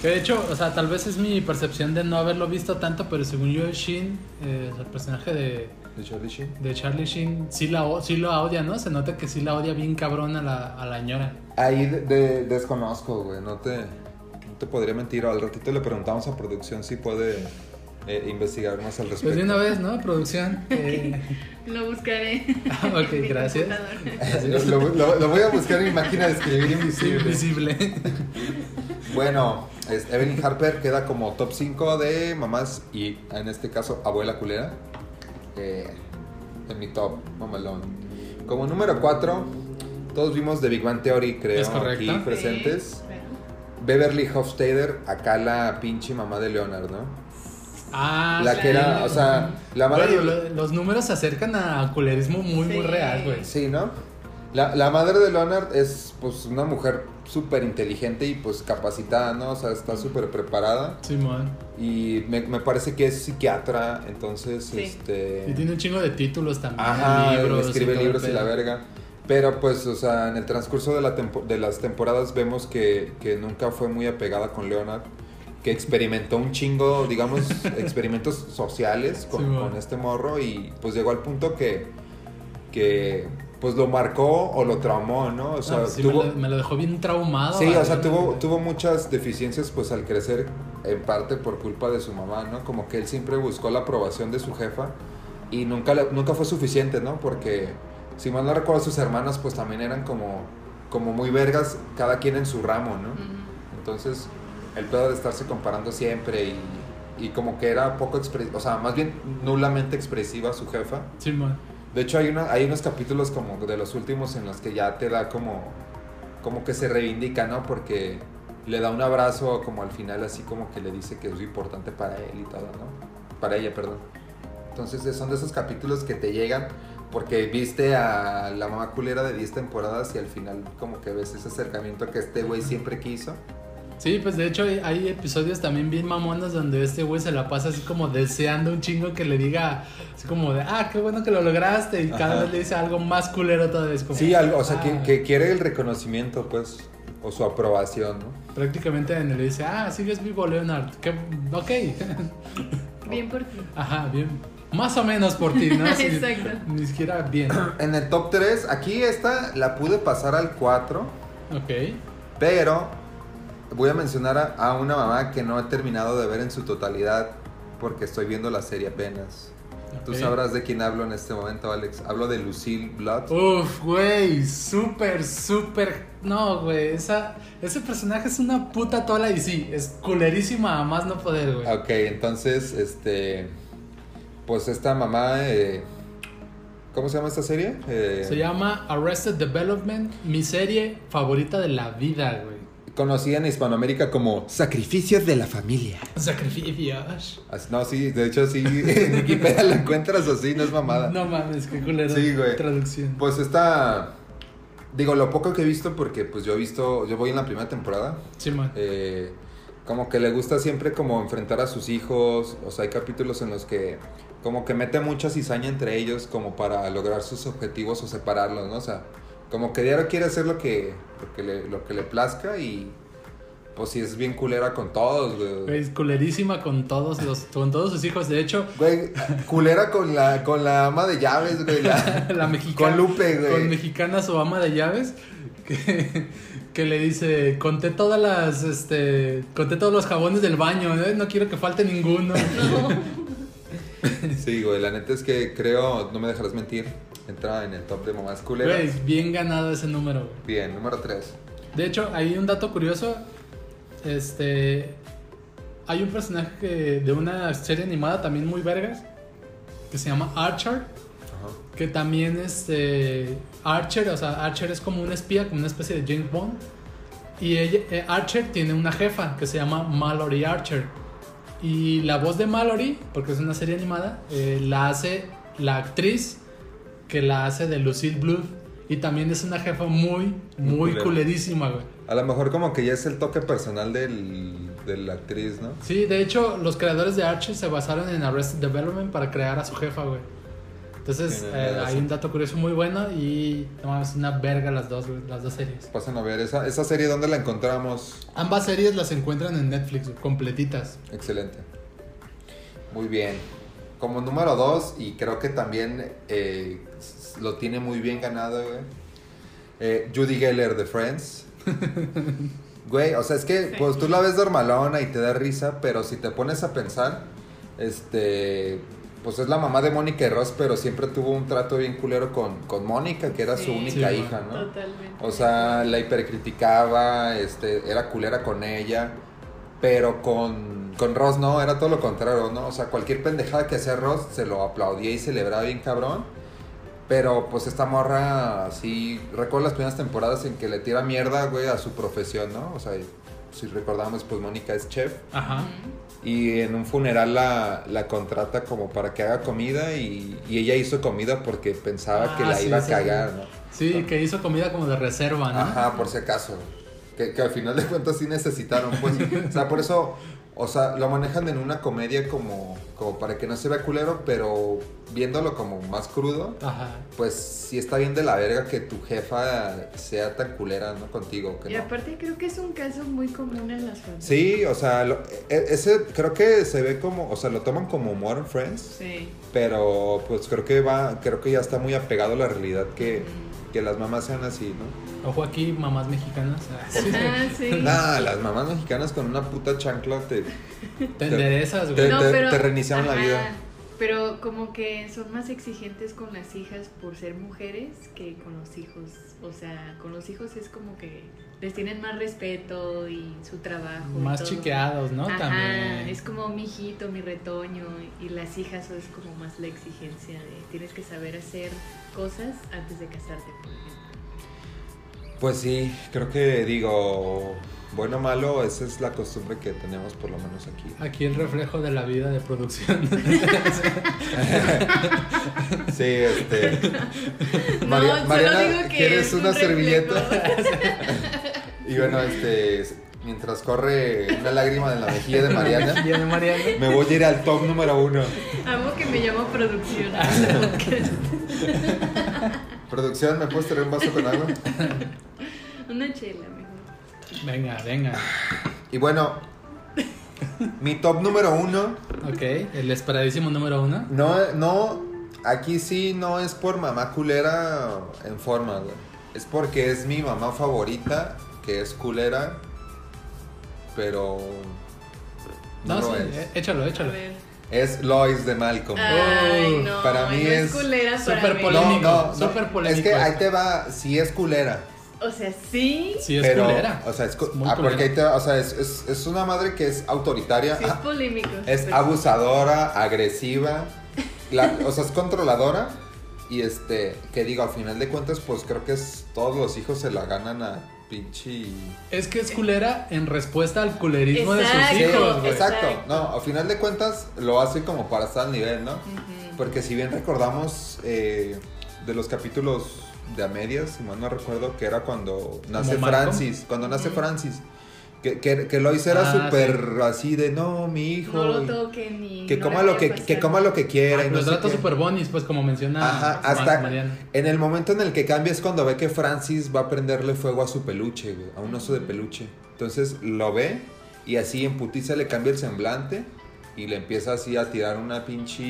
A: Que de hecho, o sea, tal vez es mi percepción de no haberlo visto tanto, pero según yo, Shin, eh, o sea, el personaje de,
B: de Charlie Sheen.
A: de Charlie Sheen, sí, la, o- sí lo odia, ¿no? Se nota que sí la odia bien cabrón a la, a la ñora.
B: Ahí de- de- desconozco, güey, no te, no te podría mentir, al ratito le preguntamos a producción si puede... eh, investigar más al respecto.
A: Pues de una vez, ¿no? Producción.
B: *laughs*
A: eh,
D: Lo buscaré.
A: ok,
D: *laughs* en mi
A: gracias.
D: computadora.
A: Gracias.
B: Lo, lo- lo voy a buscar en mi máquina de escribir
A: Sí,
B: invisible.
A: visible.
B: *laughs* Bueno, es- Evelyn Harper queda como top 5 de mamás y en este caso abuela culera. Eh, en mi top, mamalón. Como número 4, todos vimos The Big Bang Theory, creo,
A: Es correcto.
B: aquí presentes.
D: Sí, claro.
B: Beverly Hofstadter, acá la pinche mamá de Leonard, ¿no?
A: Ah,
B: La
A: sí.
B: que era, o sea, la madre...
A: Bueno, lo- los números se acercan a culerismo muy, muy
D: Sí.
A: real, güey.
B: Sí, ¿no? La, la madre de Leonard es pues una mujer súper inteligente y pues capacitada, ¿no? O sea, está súper preparada
A: Simón.
B: y me, me parece que es psiquiatra, entonces,
D: Sí.
B: este...
A: Y tiene un chingo de títulos también.
B: Ajá,
A: libros,
B: escribe
A: todo el
B: libros y
A: pedo.
B: la verga. Pero pues, o sea, en el transcurso de, la tempo- de las temporadas vemos que, que nunca fue muy apegada con Leonard, que experimentó un chingo, digamos,
A: *laughs*
B: experimentos sociales con,
A: Sí, bueno.
B: con este morro y pues llegó al punto que, que pues lo marcó o lo traumó, ¿no? O
A: Ah,
B: sea,
A: pues sí,
B: tuvo...
A: me, lo, me lo dejó bien traumado.
B: Sí, o
A: vale,
B: sea,
A: no,
B: tuvo,
A: güey.
B: tuvo muchas deficiencias pues al crecer en parte por culpa de su mamá, ¿no? Como que él siempre buscó la aprobación de su jefa y nunca, le- nunca fue suficiente, ¿no? Porque si mal no recuerdo sus hermanos pues también eran como, como muy vergas cada quien en su ramo, ¿no?
D: Ujú.
B: Entonces el pedo de estarse comparando siempre y, y como que era poco expresiva, o sea, más bien nulamente expresiva su jefa.
A: Simón.
B: De hecho, hay, una- hay unos capítulos como de los últimos en los que ya te da como, como que se reivindica, ¿no? Porque le da un abrazo como al final, así como que le dice que es lo importante para él y todo, ¿no? Para ella, perdón. Entonces es- son de esos capítulos que te llegan porque viste a la mamá culera de 10 temporadas y al final como que ves ese acercamiento que este güey siempre quiso.
A: Sí, pues de hecho hay, hay episodios también bien mamonas donde este güey se la pasa así como deseando un chingo que le diga, así como de, ah, qué bueno que lo lograste. Y cada
B: Ajá.
A: vez le dice algo más culero todavía. Es como,
B: Sí, algo, o sea,
A: ah,
B: que, que quiere el reconocimiento, pues, o su aprobación, ¿no?
A: Prácticamente en- le dice, ah, sigues vivo, Leonard. Que, ok. *laughs*
D: Bien por ti.
A: Ajá, bien. Más o menos por ti, ¿no? Sí,
D: Exacto.
A: Ni siquiera bien.
B: *coughs* En el top 3, aquí esta la pude pasar al 4,
A: Ok.
B: pero voy a mencionar a, a una mamá que no he terminado de ver en su totalidad porque estoy viendo la serie apenas.
E: Tú
A: Ok.
E: sabrás de quién hablo en este momento, Alex. Hablo de Lucille Blood.
A: Uf, güey, súper, súper. No, güey, esa, ese personaje es una puta tola y sí, es culerísima a más no poder, güey.
E: Ok, entonces, este. Pues esta mamá. eh, ¿Cómo se llama esta serie? Eh,
A: Se llama Arrested Development, mi serie favorita de la vida, güey. *laughs*
E: Conocida en Hispanoamérica como Sacrificios de la Familia.
A: Sacrificios.
E: Así- No, sí, de hecho, sí. *laughs* En Wikipedia la encuentras así, no es mamada.
A: No mames, qué culero.
E: Sí, güey.
A: Traducción.
E: Pues esta. Digo, lo poco que he visto, porque pues yo he visto. Yo voy en la primera temporada.
A: Simón.
E: Eh, como que le gusta siempre como enfrentar a sus hijos. O sea, hay capítulos en los que como que mete mucha cizaña entre ellos como para lograr sus objetivos o separarlos, ¿no? O sea, como que Diario quiere hacer lo que, lo que, le, lo que le plazca y pues sí es bien culera con todos,
A: Güey,
E: güey.
A: es culerísima con todos los, con todos sus hijos. De hecho,
E: Güey, culera con la, con la ama de llaves, güey.
A: *laughs*
E: la-
A: la mexicana.
E: Con Lupe, güey.
A: Con mexicana su ama de llaves. Que, que le dice, conté todas las, este, conté todos los jabones del baño, ¿eh? no quiero que
E: *laughs*
A: falte ninguno.
E: Sí, güey, la neta es que creo, no me dejarás mentir, entra en el top de mamás culeras.
A: Güey, bien ganado ese número. güey.
E: Bien, número 3.
A: De hecho, hay un dato curioso, este, hay un personaje que- de una serie animada también muy vergas, que se llama Archer, que también este Archer, o sea, Archer es como un espía, como una especie de James Bond. Y ella- eh, Archer tiene una jefa que se llama Mallory Archer. Y la voz de Mallory, porque es una serie animada, eh, la hace la actriz que la hace de Lucille Bluth. Y también es una jefa
E: Muy
A: muy, muy
E: culera.
A: culerísima, güey.
E: A lo mejor como que ya es el toque personal del, de la actriz, ¿no?
A: Sí, de hecho, los creadores de Archer se basaron en Arrested Development para crear a su jefa, güey. Entonces,
E: Tiene
A: eh,
E: razón.
A: hay un dato curioso muy bueno y no mames, una verga las dos, güey, las dos series.
E: Pasen a ver, esa, esa serie ¿dónde la encontramos?
A: Ambas series las encuentran en Netflix, güey, completitas.
E: Excelente. Muy bien. Como número dos, y creo que también eh, s- lo tiene muy bien ganado, güey. eh, Judy Geller de Friends. *laughs* Güey, o sea, es que pues tú la ves normalona y te da risa, pero si te pones a pensar, este, pues es la mamá de Mónica y Ross, pero siempre tuvo un trato bien culero con, con Mónica, que era su
D: Sí.
E: única
A: Sí,
E: hija, ¿no?
D: Totalmente.
E: Ah. O sea, la hipercriticaba, este, era culera con ella, pero con, con Ross no, era todo lo contrario, ¿no? O sea, cualquier pendejada que hacía Ross se lo aplaudía y celebraba bien cabrón. Pero pues esta morra, sí, recuerdo las primeras temporadas en que le tira mierda, güey, a su profesión, ¿no? O sea, si recordamos, pues Mónica es chef
A: Ajá.
E: y en un funeral la, la contrata como para que haga comida y, y ella hizo comida porque pensaba
A: Ah,
E: que la
A: sí,
E: iba a
A: sí,
E: cagar,
A: sí.
E: ¿no?
A: Sí, que hizo comida como de reserva, ¿no?
E: Ajá, por si acaso. Que, que al final de cuentas sí necesitaron, pues. o sea, por eso, o sea, lo manejan en una comedia como, como para que no se vea culero, pero viéndolo como más crudo,
A: Ajá.
E: pues sí está bien de la verga que tu jefa sea tan culera, ¿no? Contigo. Que
D: Y
E: no.
D: aparte creo que es un caso muy común en las familias.
E: Sí, o sea, lo- e- ese creo que se ve como, o sea, lo toman como humor en Friends,
D: Sí.
E: pero pues creo que va, creo que ya está muy apegado a la realidad que, que las mamás sean así, ¿no?
A: Ojo aquí, mamás mexicanas.
D: Ajá, Ah, sí.
E: Nada, las mamás mexicanas con una puta chancla te,
A: Te enderezas,
E: Te-
A: güey.
D: No,
E: te-
D: pero-
E: te reiniciaron la
D: ajá,
E: vida.
D: Pero como que son más exigentes con las hijas por ser mujeres que con los hijos. O sea, con los hijos es como que les tienen más respeto y su trabajo. y
A: Más
D: todo.
A: chiqueados, ¿no?
D: Ajá,
A: También.
D: es como mi hijito, mi retoño. Y las hijas es como más la exigencia de tienes que saber hacer cosas antes de casarte, por ejemplo.
E: *laughs* Pues sí, creo que digo, bueno o malo, esa es la costumbre que tenemos por lo menos
A: *laughs*
E: aquí.
A: Aquí el reflejo de la vida de producción. *laughs*
E: Sí, este.
D: no,
E: María-
D: solo
E: Mariana,
D: digo que
E: ¿quieres
D: es un
E: una
D: reflejo.
E: servilleta? Y bueno, este, mientras corre una lágrima de la mejilla de Mariana,
A: Bien, Mariana.
E: me voy a ir al top número uno.
D: *laughs* Amo que me llamo
E: *laughs*
D: producción. a este podcast.
E: Producción, ¿me puedes traer un vaso con agua?
D: Una chela, mejor.
A: Venga, venga.
E: Y bueno, mi top número uno
A: Ok, el esperadísimo número uno.
E: No, no, aquí sí no es por mamá culera en forma, güey. Es porque es mi mamá favorita, que es culera, pero no,
A: No,
E: lo
A: sí,
E: es.
A: eh, échalo,
D: A
A: échalo.
D: ver.
E: Es Lois de Malcolm.
D: Ay,
A: Oh,
D: no,
E: para mí
D: no
E: es
D: culera para
A: súper
D: mí.
A: polémico. súper
E: super
A: polémico
E: Es que ahí
A: esto.
E: te va, sí es culera.
D: O sea, sí.
A: Sí, es
E: pero,
A: culera.
E: O sea, es, cu-
A: Es muy
E: ah, porque
A: culera.
E: ahí te va, o sea, es, es- es una madre que es autoritaria,
D: Sí es
E: ah,
D: polémico.
E: es
D: pero-
E: abusadora, agresiva, la- o sea, es controladora. Y este, que digo, al final de cuentas, pues creo que es, todos los hijos se la ganan a pinche.
A: Es que es culera en respuesta al culerismo
D: Exacto.
A: de sus hijos,
D: güey.
E: exacto.
D: Exacto.
E: No, al final de cuentas lo hace como para estar al nivel, ¿no?
D: Ujú.
E: Porque si bien recordamos eh, de los capítulos de a medias, si mal no recuerdo, que era cuando nace
A: Malcolm?
E: Francis, cuando nace
D: Ujú.
E: Francis, que, que, que Lois era
A: Ah,
E: súper así de, no, mi hijo,
D: No lo
E: y
D: toquen ni.
E: que,
D: no
E: coma
D: le
E: lo
D: hagan
E: que,
D: pasar.
E: que coma lo que
D: Ah,
E: quiera. y no
A: Los
E: sé
A: trata
E: qué.
A: super bonis, pues como menciona
E: Ajá,
A: Ma-
E: hasta-
A: Mariana.
E: En el momento en el que cambia es cuando ve que Francis va a prenderle fuego a su peluche, güey, a un oso de peluche. Entonces lo ve y así en putiza le cambia el semblante y le empieza así a tirar una pinche...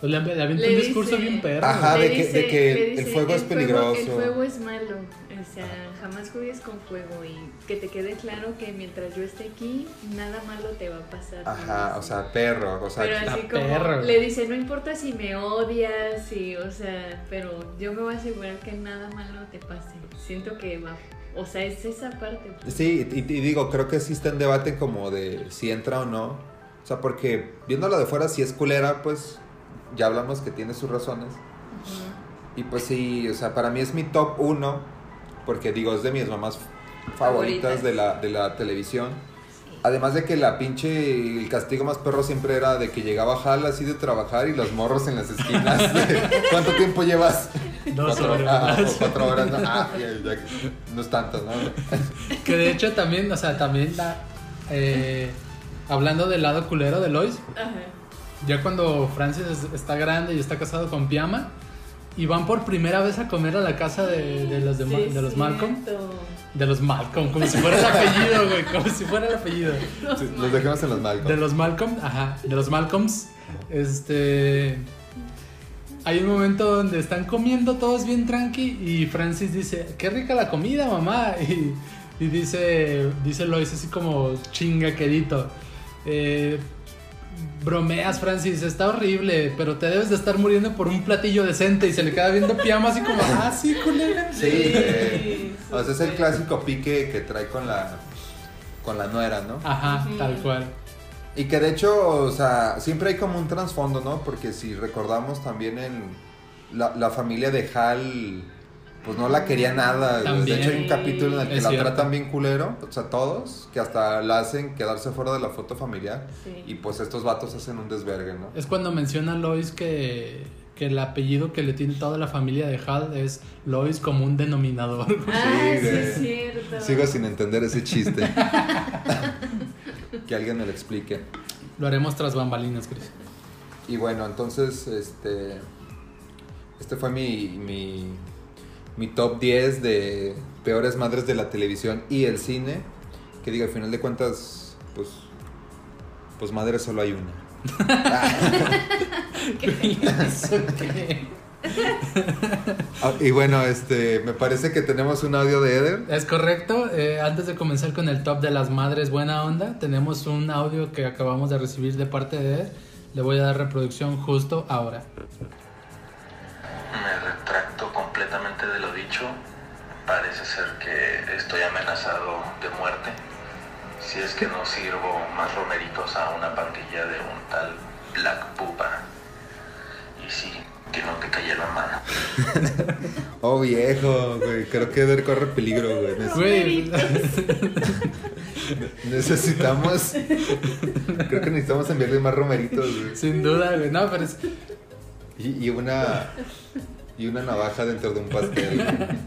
A: Pues le, le avienta
D: Le
A: un discurso
D: dice-
A: bien perro.
E: Ajá.
A: güey.
E: de
D: Le
E: que- de que
D: le
E: el fuego es
D: El
E: peligroso".
D: fuego es malo. O sea, jamás juegues con fuego. Y que te quede claro que mientras yo esté aquí, nada malo te va a pasar.
E: Ajá, o sea, perro, o sea...
D: Pero
A: está
D: así como
A: perro.
D: le dice, no importa si me odias, y, o sea, pero yo me voy a asegurar que nada malo te pase. Siento que va, o sea, es esa parte.
E: Sí, y, y digo, creo que existe un debate como de si entra o no. O sea, porque viéndolo de fuera, si es culera, pues ya hablamos que tiene sus razones.
D: Ujú.
E: Y pues sí, o sea, para mí es mi top uno, porque digo, es de mis mamás favoritas
D: Favoritas.
E: de la, de la televisión.
D: Sí.
E: Además de que la pinche, el castigo más perro siempre era de que llegaba Hal así de trabajar y los morros en las esquinas.
D: *laughs*
E: ¿Cuánto tiempo llevas?
A: Dos
E: cuatro, ah,
A: horas.
E: o cuatro horas. ¿no? Ah, ya, ya, no es tanto, ¿no?
A: Que de hecho también, o sea, también la. eh, hablando del lado culero de Lois,
D: Ajá.
A: ya cuando Francis es- está grande y está casado con Piama, y van por primera vez a comer a la casa de, de los, de, Ma-
D: Sí,
A: de los
D: es
A: Malcolm.
D: cierto.
A: De los Malcolm, como si fuera el apellido, güey, como si fuera el apellido.
D: Los
E: Sí, Los
D: Malcolm.
E: dejamos en los mal
A: De los Malcolm, ajá, de los Malcolms. Este. Hay un momento donde están comiendo todos bien tranqui y Francis dice, qué rica la comida, mamá. *laughs* Y, y dice, dice Lois así como chinga quedito. eh, bromeas, Francis, está horrible, pero te debes de estar muriendo por un platillo decente. Y se le queda viendo piama así como, ah, sí, culera.
E: Sí, eh,
D: Sí,
E: o sea, es el
D: súper.
E: clásico pique que trae con la con la nuera, ¿no?
A: Ajá,
D: Ujú.
A: tal cual.
E: Y que de hecho, o sea, siempre hay como un trasfondo, ¿no? Porque si recordamos también en la, la familia de Hal, pues no la quería nada. güey. De
A: También.
E: hecho, hay un capítulo en el que
A: Es
E: la
A: cierto.
E: tratan bien culero, o sea, todos, que hasta la hacen quedarse fuera de la foto familiar.
D: Sí.
E: Y pues estos vatos hacen un desvergue, ¿no?
A: Es cuando menciona Lois que, que el apellido que le tiene toda la familia de Hal es Lois como un denominador. *laughs*
D: Ah, sí,
E: güey.
D: es cierto.
E: Sigo sin entender ese chiste. *laughs* que alguien me lo explique.
A: Lo haremos tras bambalinas, Chris.
E: Y bueno, entonces, este. Este fue mi. mi, mi top 10 de peores madres de la televisión y el cine. Que diga, al final de cuentas, pues. Pues madre solo hay una. Ah, y bueno, este. Me parece que tenemos un audio de Eder.
A: Es correcto. eh, antes de comenzar con el top de las madres buena onda, tenemos un audio que acabamos de recibir de parte de él. Le voy a dar reproducción justo ahora.
C: Me retracto completamente de lo dicho. Parece ser que estoy amenazado de muerte. Si es que no sirvo más romeritos a una pandilla de un tal Black Pupa. Y sí, que no te cayó la mano.
E: Oh viejo, güey. Creo que Eder corre peligro, güey. Nece-
A: Güey, *laughs*
E: Necesitamos. Creo que necesitamos enviarle más romeritos, güey.
A: sin duda, güey. No, pero es,
E: Y, y una. Y una navaja dentro de un pastel. güey,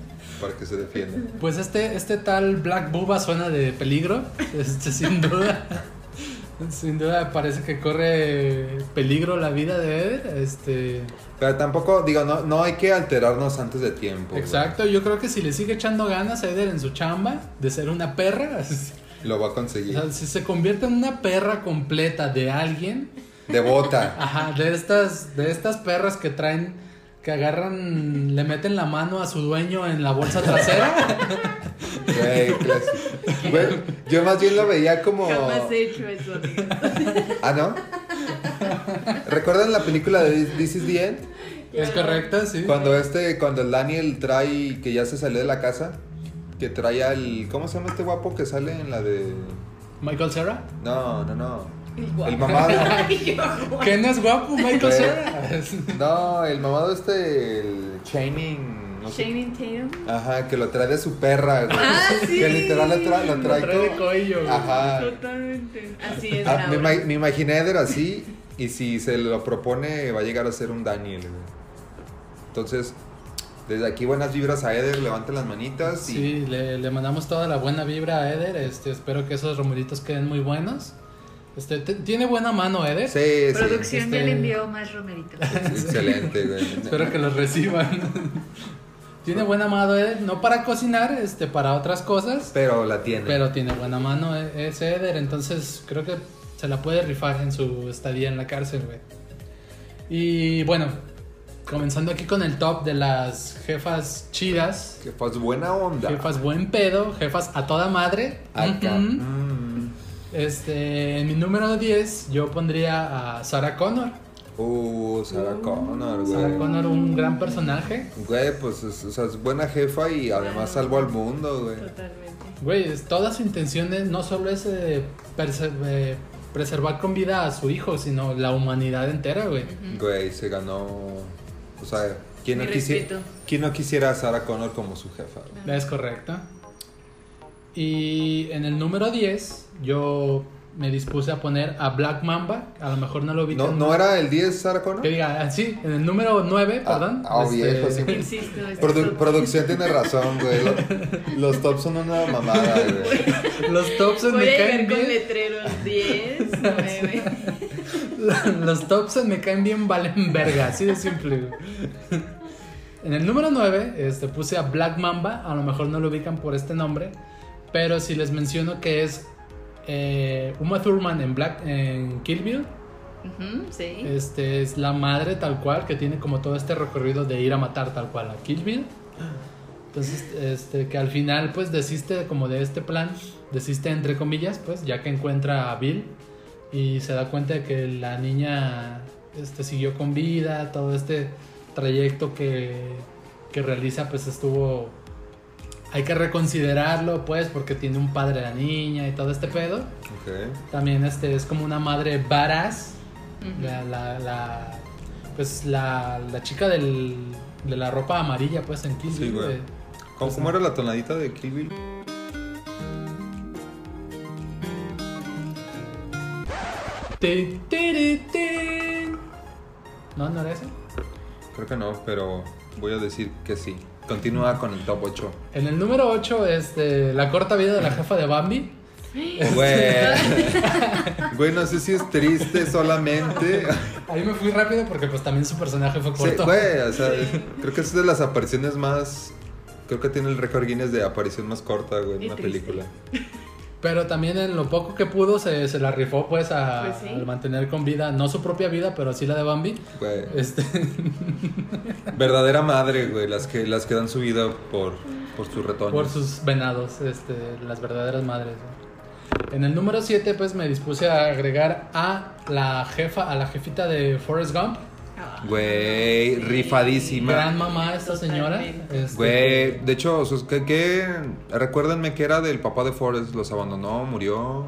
E: Para que se defienda.
A: Pues este, este tal Black Bubba suena de peligro, *laughs* este, sin duda. Sin duda parece que corre peligro la vida de Eder. Este,
E: Pero tampoco, digo, no, no hay que alterarnos antes de tiempo. güey.
A: exacto, yo creo que si le sigue echando ganas a Eder en su chamba de ser una perra, *laughs*
E: Lo va a
A: o
E: conseguir.
A: sea, si se convierte en una perra completa de alguien,
E: Devota.
A: ajá, de estas, de estas perras que traen, que agarran, le meten la mano a su dueño en la bolsa trasera,
E: Güey, clásico. Güey, yo más bien lo veía como.
D: Jamás he hecho eso, amigo.
E: Ah, ¿no? ¿Recuerdan la película de This is the End?
A: Es correcto, sí.
E: Cuando este, cuando el Daniel trae, que ya se salió de la casa, que trae al, ¿cómo se llama este guapo que sale en la de...
A: Michael Cera.
E: No, no, no. El
D: *laughs* mamá
E: mamado.
A: Que no es guapo, Michael
E: Eh.
A: Cera. *laughs*
E: No, el mamado este, el Chaining. No sé.
D: Shane Tatum.
E: Ajá, que lo trae de su perra, güey.
D: Ah, sí.
E: Que literal lo trae, lo trae
A: Trae de
E: como-
A: cuello. güey.
E: Ajá.
D: Totalmente. Así es.
E: Ah, me,
D: Laura.
E: ima- me imaginé a Eder así y si se lo propone va a llegar a ser un Daniel. güey. Entonces, desde aquí buenas vibras a Eder, levanten las manitas y
A: Sí, le, le mandamos toda la buena vibra a Eder. Este, espero que esos rumoritos queden muy buenos. Este, te- tiene buena mano Eder.
E: Sí, sí.
D: Producción ya
A: este-
D: le envió más
E: *laughs*
D: romeritos.
E: Excelente, güey.
A: Espero que los reciban. *laughs* tiene buena mano Eder, no para cocinar, este, para otras cosas,
E: Pero la tiene.
A: pero tiene buena mano e- ese Eder, entonces creo que se la puede rifar en su estadía en la cárcel, güey. Y bueno, comenzando aquí con el top de las jefas chidas,
E: Que pues buena onda.
A: jefas buen pedo, jefas a toda madre.
E: Acá.
A: Ujú.
E: Mm.
A: Este, en mi número 10 yo pondría a Sarah Connor.
E: Uh, Sarah Connor, güey.
A: Sarah Connor, un gran personaje.
E: Güey, pues es, o sea, es buena jefa y además salvó al mundo, güey.
D: Totalmente.
A: Güey, es- todas sus intenciones no solo es eh, perse- eh, preservar con vida a su hijo, sino la humanidad entera, güey.
D: Ujú.
E: Güey, se ganó. O sea, ¿quién no,
D: Mi
E: quisiera,
D: respeto.
E: ¿quién no quisiera a Sarah Connor como su jefa? güey?
A: Es correcto. Y en el número 10 yo me dispuse a poner a Black Mamba. A lo mejor no lo vi
E: ¿No,
A: tan-
E: ¿No era el 10 Sarah
A: Que
E: Connor?
A: diga, ah, sí, en el número 9,
E: Ah,
A: perdón.
E: ah, viejo,
A: *laughs*
E: sí.
D: Insisto, este
E: Produ-
D: top-
E: producción tiene razón, güey. Los, los tops son una mamada, güey.
A: Los tops en
D: Voy
A: me
D: a
A: caen
D: llegar con
A: bien. *laughs*
D: letreros 10, 9.
A: Los tops me caen bien, valen verga, así de simple. güey. En el número 9 este, puse a Black Mamba, a lo mejor no lo ubican por este nombre, pero si les menciono que es eh, Uma Thurman en, Black, en Kill Bill,
D: Ujú, Sí.
A: este, es la madre tal cual, que tiene como todo este recorrido de ir a matar tal cual a Kill Bill. Entonces, este, que al final pues desiste como de este plan, desiste entre comillas, pues ya que encuentra a Bill y se da cuenta de que la niña este, siguió con vida, todo este trayecto que, que realiza pues estuvo... Hay que reconsiderarlo pues porque tiene un padre la niña y todo este pedo.
E: Ok.
A: También este, es como una madre varas
D: Ujú.
A: la, la, la- pues la, la chica del, de la ropa amarilla, pues en Kill
E: Sí,
A: Bill,
E: güey.
A: de-
E: ¿Cómo, cómo era la tonadita de Kill Bill?
A: Ti, tiri, tin. No, no era eso.
E: Creo que no, pero voy a decir que sí. Continúa con el top 8.
A: En el número 8, este, la corta vida de la jefa de Bambi.
D: Ah.
E: Güey. Güey, no sé si es triste
A: *laughs*
E: solamente.
A: Ahí me fui rápido porque pues también su personaje fue
E: Sí,
A: corto.
E: güey, o sea, creo que es de las apariciones más. Creo que tiene el récord Guinness de aparición más corta, güey, en
D: Y
E: una
D: triste.
E: película.
A: Pero también en lo poco que pudo se, se la rifó pues, a,
D: Pues sí.
A: al mantener con vida, no su propia vida, pero sí la de Bambi.
E: Güey.
A: Este,
E: Verdadera madre, güey, las que, las que dan su vida por, por su retoño.
A: Por sus venados, este, las verdaderas madres. ¿no? En el número 7, pues me dispuse a agregar a la jefa, a la jefita de Forrest Gump.
D: Ah,
E: Güey, rifadísima.
A: Gran mamá esta señora.
D: Totalmente.
A: este,
E: Güey, de hecho, o sea, es que, que- recuérdenme que era del papá de Forrest, los abandonó, murió.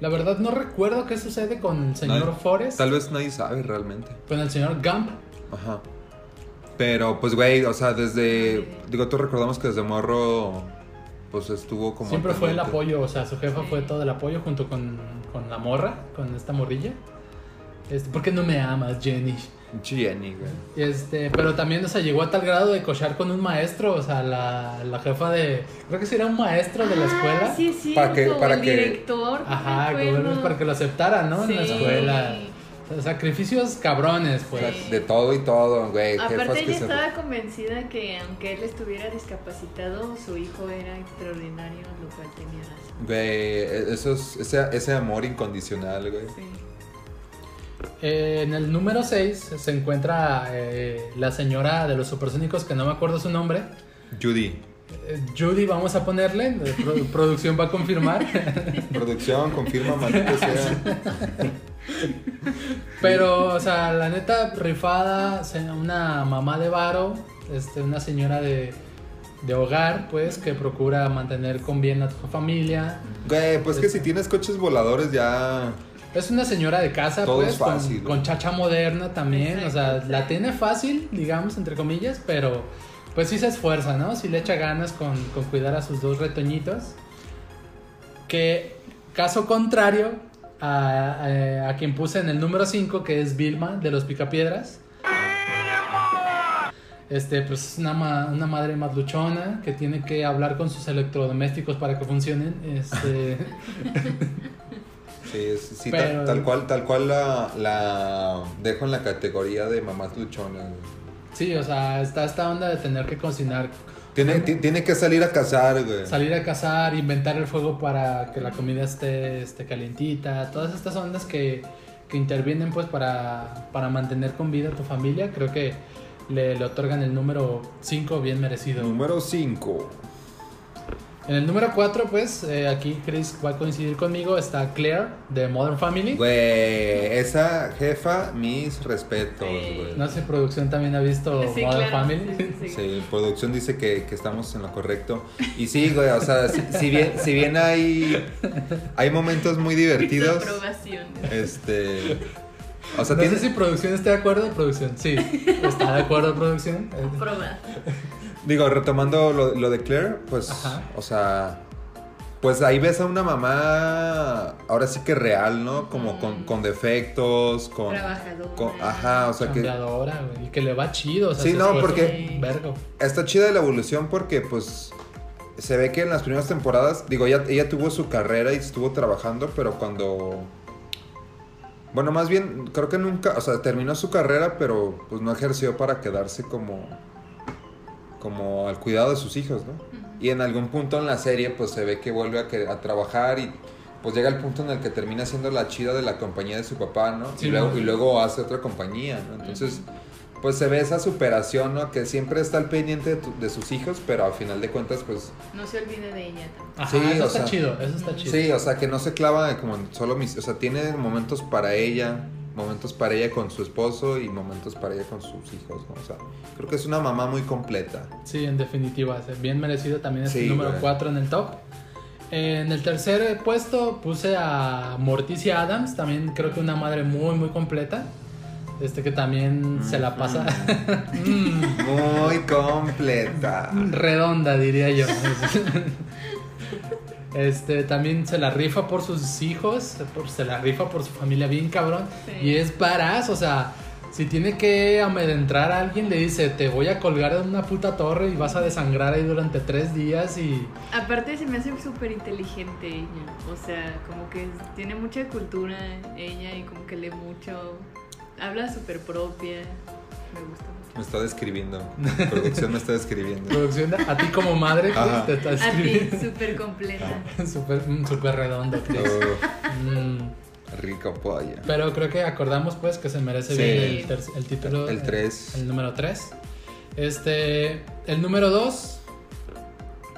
A: La verdad no recuerdo qué sucede con el señor
E: Nadie-
A: Forrest.
E: Tal vez nadie sabe realmente.
A: Con el señor Gump.
E: Ajá. Pero, pues, güey, o sea, desde. Digo, todos recordamos que desde morro, pues estuvo como.
A: Siempre fue el
E: pendiente.
A: apoyo, o sea, su jefa fue todo el apoyo junto con, con la morra, con esta morrilla. Este, ¿Por qué no me amas, Jenny?
E: Pinche Jenny, güey.
A: Este, pero también, o sea, llegó a tal grado de cochar con un maestro, o sea, la, la jefa de, creo que sí era un maestro de la escuela.
D: Ah, sí, sí.
E: Para
D: Para
E: que-
D: que,
E: para
D: el
E: que-
D: director. no
A: Ajá,
D: me
A: que bueno,
D: acuerdo.
A: para que lo aceptaran, ¿no? En la
D: Sí.
A: escuela. O sea, sacrificios cabrones,
E: O
A: pues.
E: sea, de todo y todo, güey. Jefas
D: Aparte
E: que
D: ella
E: se.
D: estaba convencida que aunque él estuviera discapacitado, su hijo era extraordinario, lo cual tenía razón.
E: Güey, e-, eso es, ese, ese amor incondicional, güey.
D: Sí.
A: Eh, en el número 6 se encuentra eh, la señora de los supersónicos, que no me acuerdo su nombre.
E: Judy,
A: Eh, Judy, vamos a ponerle, eh, *laughs* pro- producción va a confirmar.
E: producción, confirma, maldito sea.
A: Pero, o sea, la neta, rifada, se- una mamá de varo, este, una señora de, de hogar, pues, que procura mantener con bien a tu familia.
E: Güey, pues que si tienes coches voladores ya.
A: Es una señora de casa,
E: Todo
A: pues,
E: es fácil,
A: con,
E: ¿no?
A: con chacha moderna también, o sea, la tiene fácil, digamos, entre comillas, pero pues sí se esfuerza, ¿no? Sí le echa ganas con, con cuidar a sus dos retoñitos. Que, caso contrario a, eh, a- a quien puse en el número 5, que es Vilma, de los Picapiedras. Este, pues es una, ma- una madre más luchona que tiene que hablar con sus electrodomésticos para que funcionen.
E: *laughs*
A: Este,
E: Sí, es- sí, tal,
A: Pero-
E: tal cual, tal cual la, la dejo en la categoría de mamás luchonas. güey.
A: sí, o sea, está esta onda de tener que cocinar
E: Tiene, ti- tiene que salir a cazar, güey.
A: Salir a cazar, inventar el fuego para que la comida esté, esté calientita, todas estas ondas que, que intervienen pues para, para mantener con vida a tu familia, creo que le, le otorgan el número 5 bien merecido.
E: Número 5.
A: En el número 4 pues, eh, aquí Chris va a coincidir conmigo, está Claire de Modern Family.
E: Güey, esa jefa, mis respetos,
D: Sí.
E: güey.
A: No sé, producción también ha visto
D: Sí,
A: Modern
D: claro,
A: Family.
D: sí, sí, sí.
E: Sí, producción dice que, que estamos en lo correcto. Y sí, güey, o sea, si, si bien, si bien hay, hay momentos muy divertidos,
D: Desaprobación.
E: este... O sea,
A: No
E: tiene,
A: sé si producción está de acuerdo, producción.
E: *laughs*
A: Sí, está de acuerdo producción.
D: Proba.
E: Digo, retomando lo, lo de Claire, pues,
A: Ajá.
E: o sea, pues ahí ves a una mamá, ahora sí que real, ¿no? Como con, con defectos, con...
D: Trabajadora.
E: con- ajá, o sea que...
A: Cambiadora, güey, y que le va chido. O sea,
E: Sí,
A: se
E: no,
A: esfuerza
E: porque-
A: un vergo.
E: Está chida la evolución porque pues se ve que en las primeras temporadas, digo, ella, ella tuvo su carrera y estuvo trabajando, pero cuando... Bueno, más bien, creo que nunca, o sea, terminó su carrera, pero pues no ejerció para quedarse como... como al cuidado de sus hijos, ¿no? Y en algún punto en la serie, pues se ve que vuelve a, que- a trabajar y pues llega el punto en el que termina siendo la chida de la compañía de su papá, ¿no?
A: Sí,
E: y, luego,
A: ¿no?
E: y luego hace otra compañía, ¿no? Entonces, pues se ve esa superación, ¿no? Que siempre está al pendiente de, tu- de sus hijos, pero al final de cuentas, pues
D: No se olvide de ella tampoco.
A: Ajá,
E: Sí,
A: eso
E: o
A: está
E: sea,
A: chido, eso está chido.
E: Sí, o sea, que no se clava como en solo mis... O sea, tiene momentos para ella, momentos para ella con su esposo y momentos para ella con sus hijos, ¿no? O sea, creo que es una mamá muy completa.
A: Sí, en definitiva, o sea, bien merecido también es
E: Sí,
A: el número
E: güey.
A: 4 en el top. En el tercer puesto puse a Morticia Adams, también creo que una madre muy, muy completa. Este que también se la pasa Mm,
E: Muy completa.
A: *laughs* redonda, diría yo. *laughs* Este también se la rifa por sus hijos, por- se la rifa por su familia, bien cabrón.
D: Sí.
A: Y es varaz, o sea, si tiene que amedrentar a alguien, le dice: Te voy a colgar en una puta torre y vas a desangrar ahí durante tres días. Y
D: Aparte se me hace súper inteligente ella. O sea, como que es- tiene mucha cultura ella y como que lee mucho. Habla súper propia. Me
E: *laughs*
D: gusta mucho.
E: Me está describiendo. Producción me está describiendo.
A: producción, a ti como madre, pues,
E: Ajá.
A: te está
D: A ti,
A: escribiendo. *laughs*
D: súper completa.
A: Súper mm, súper redondo, Chris.
E: Uf,
A: Mm,
E: rico polla.
A: Pero creo que acordamos, pues, que se merece
E: Sí.
A: bien el, ter- el título.
E: El tres.
A: El, número 3. Este. El número 2,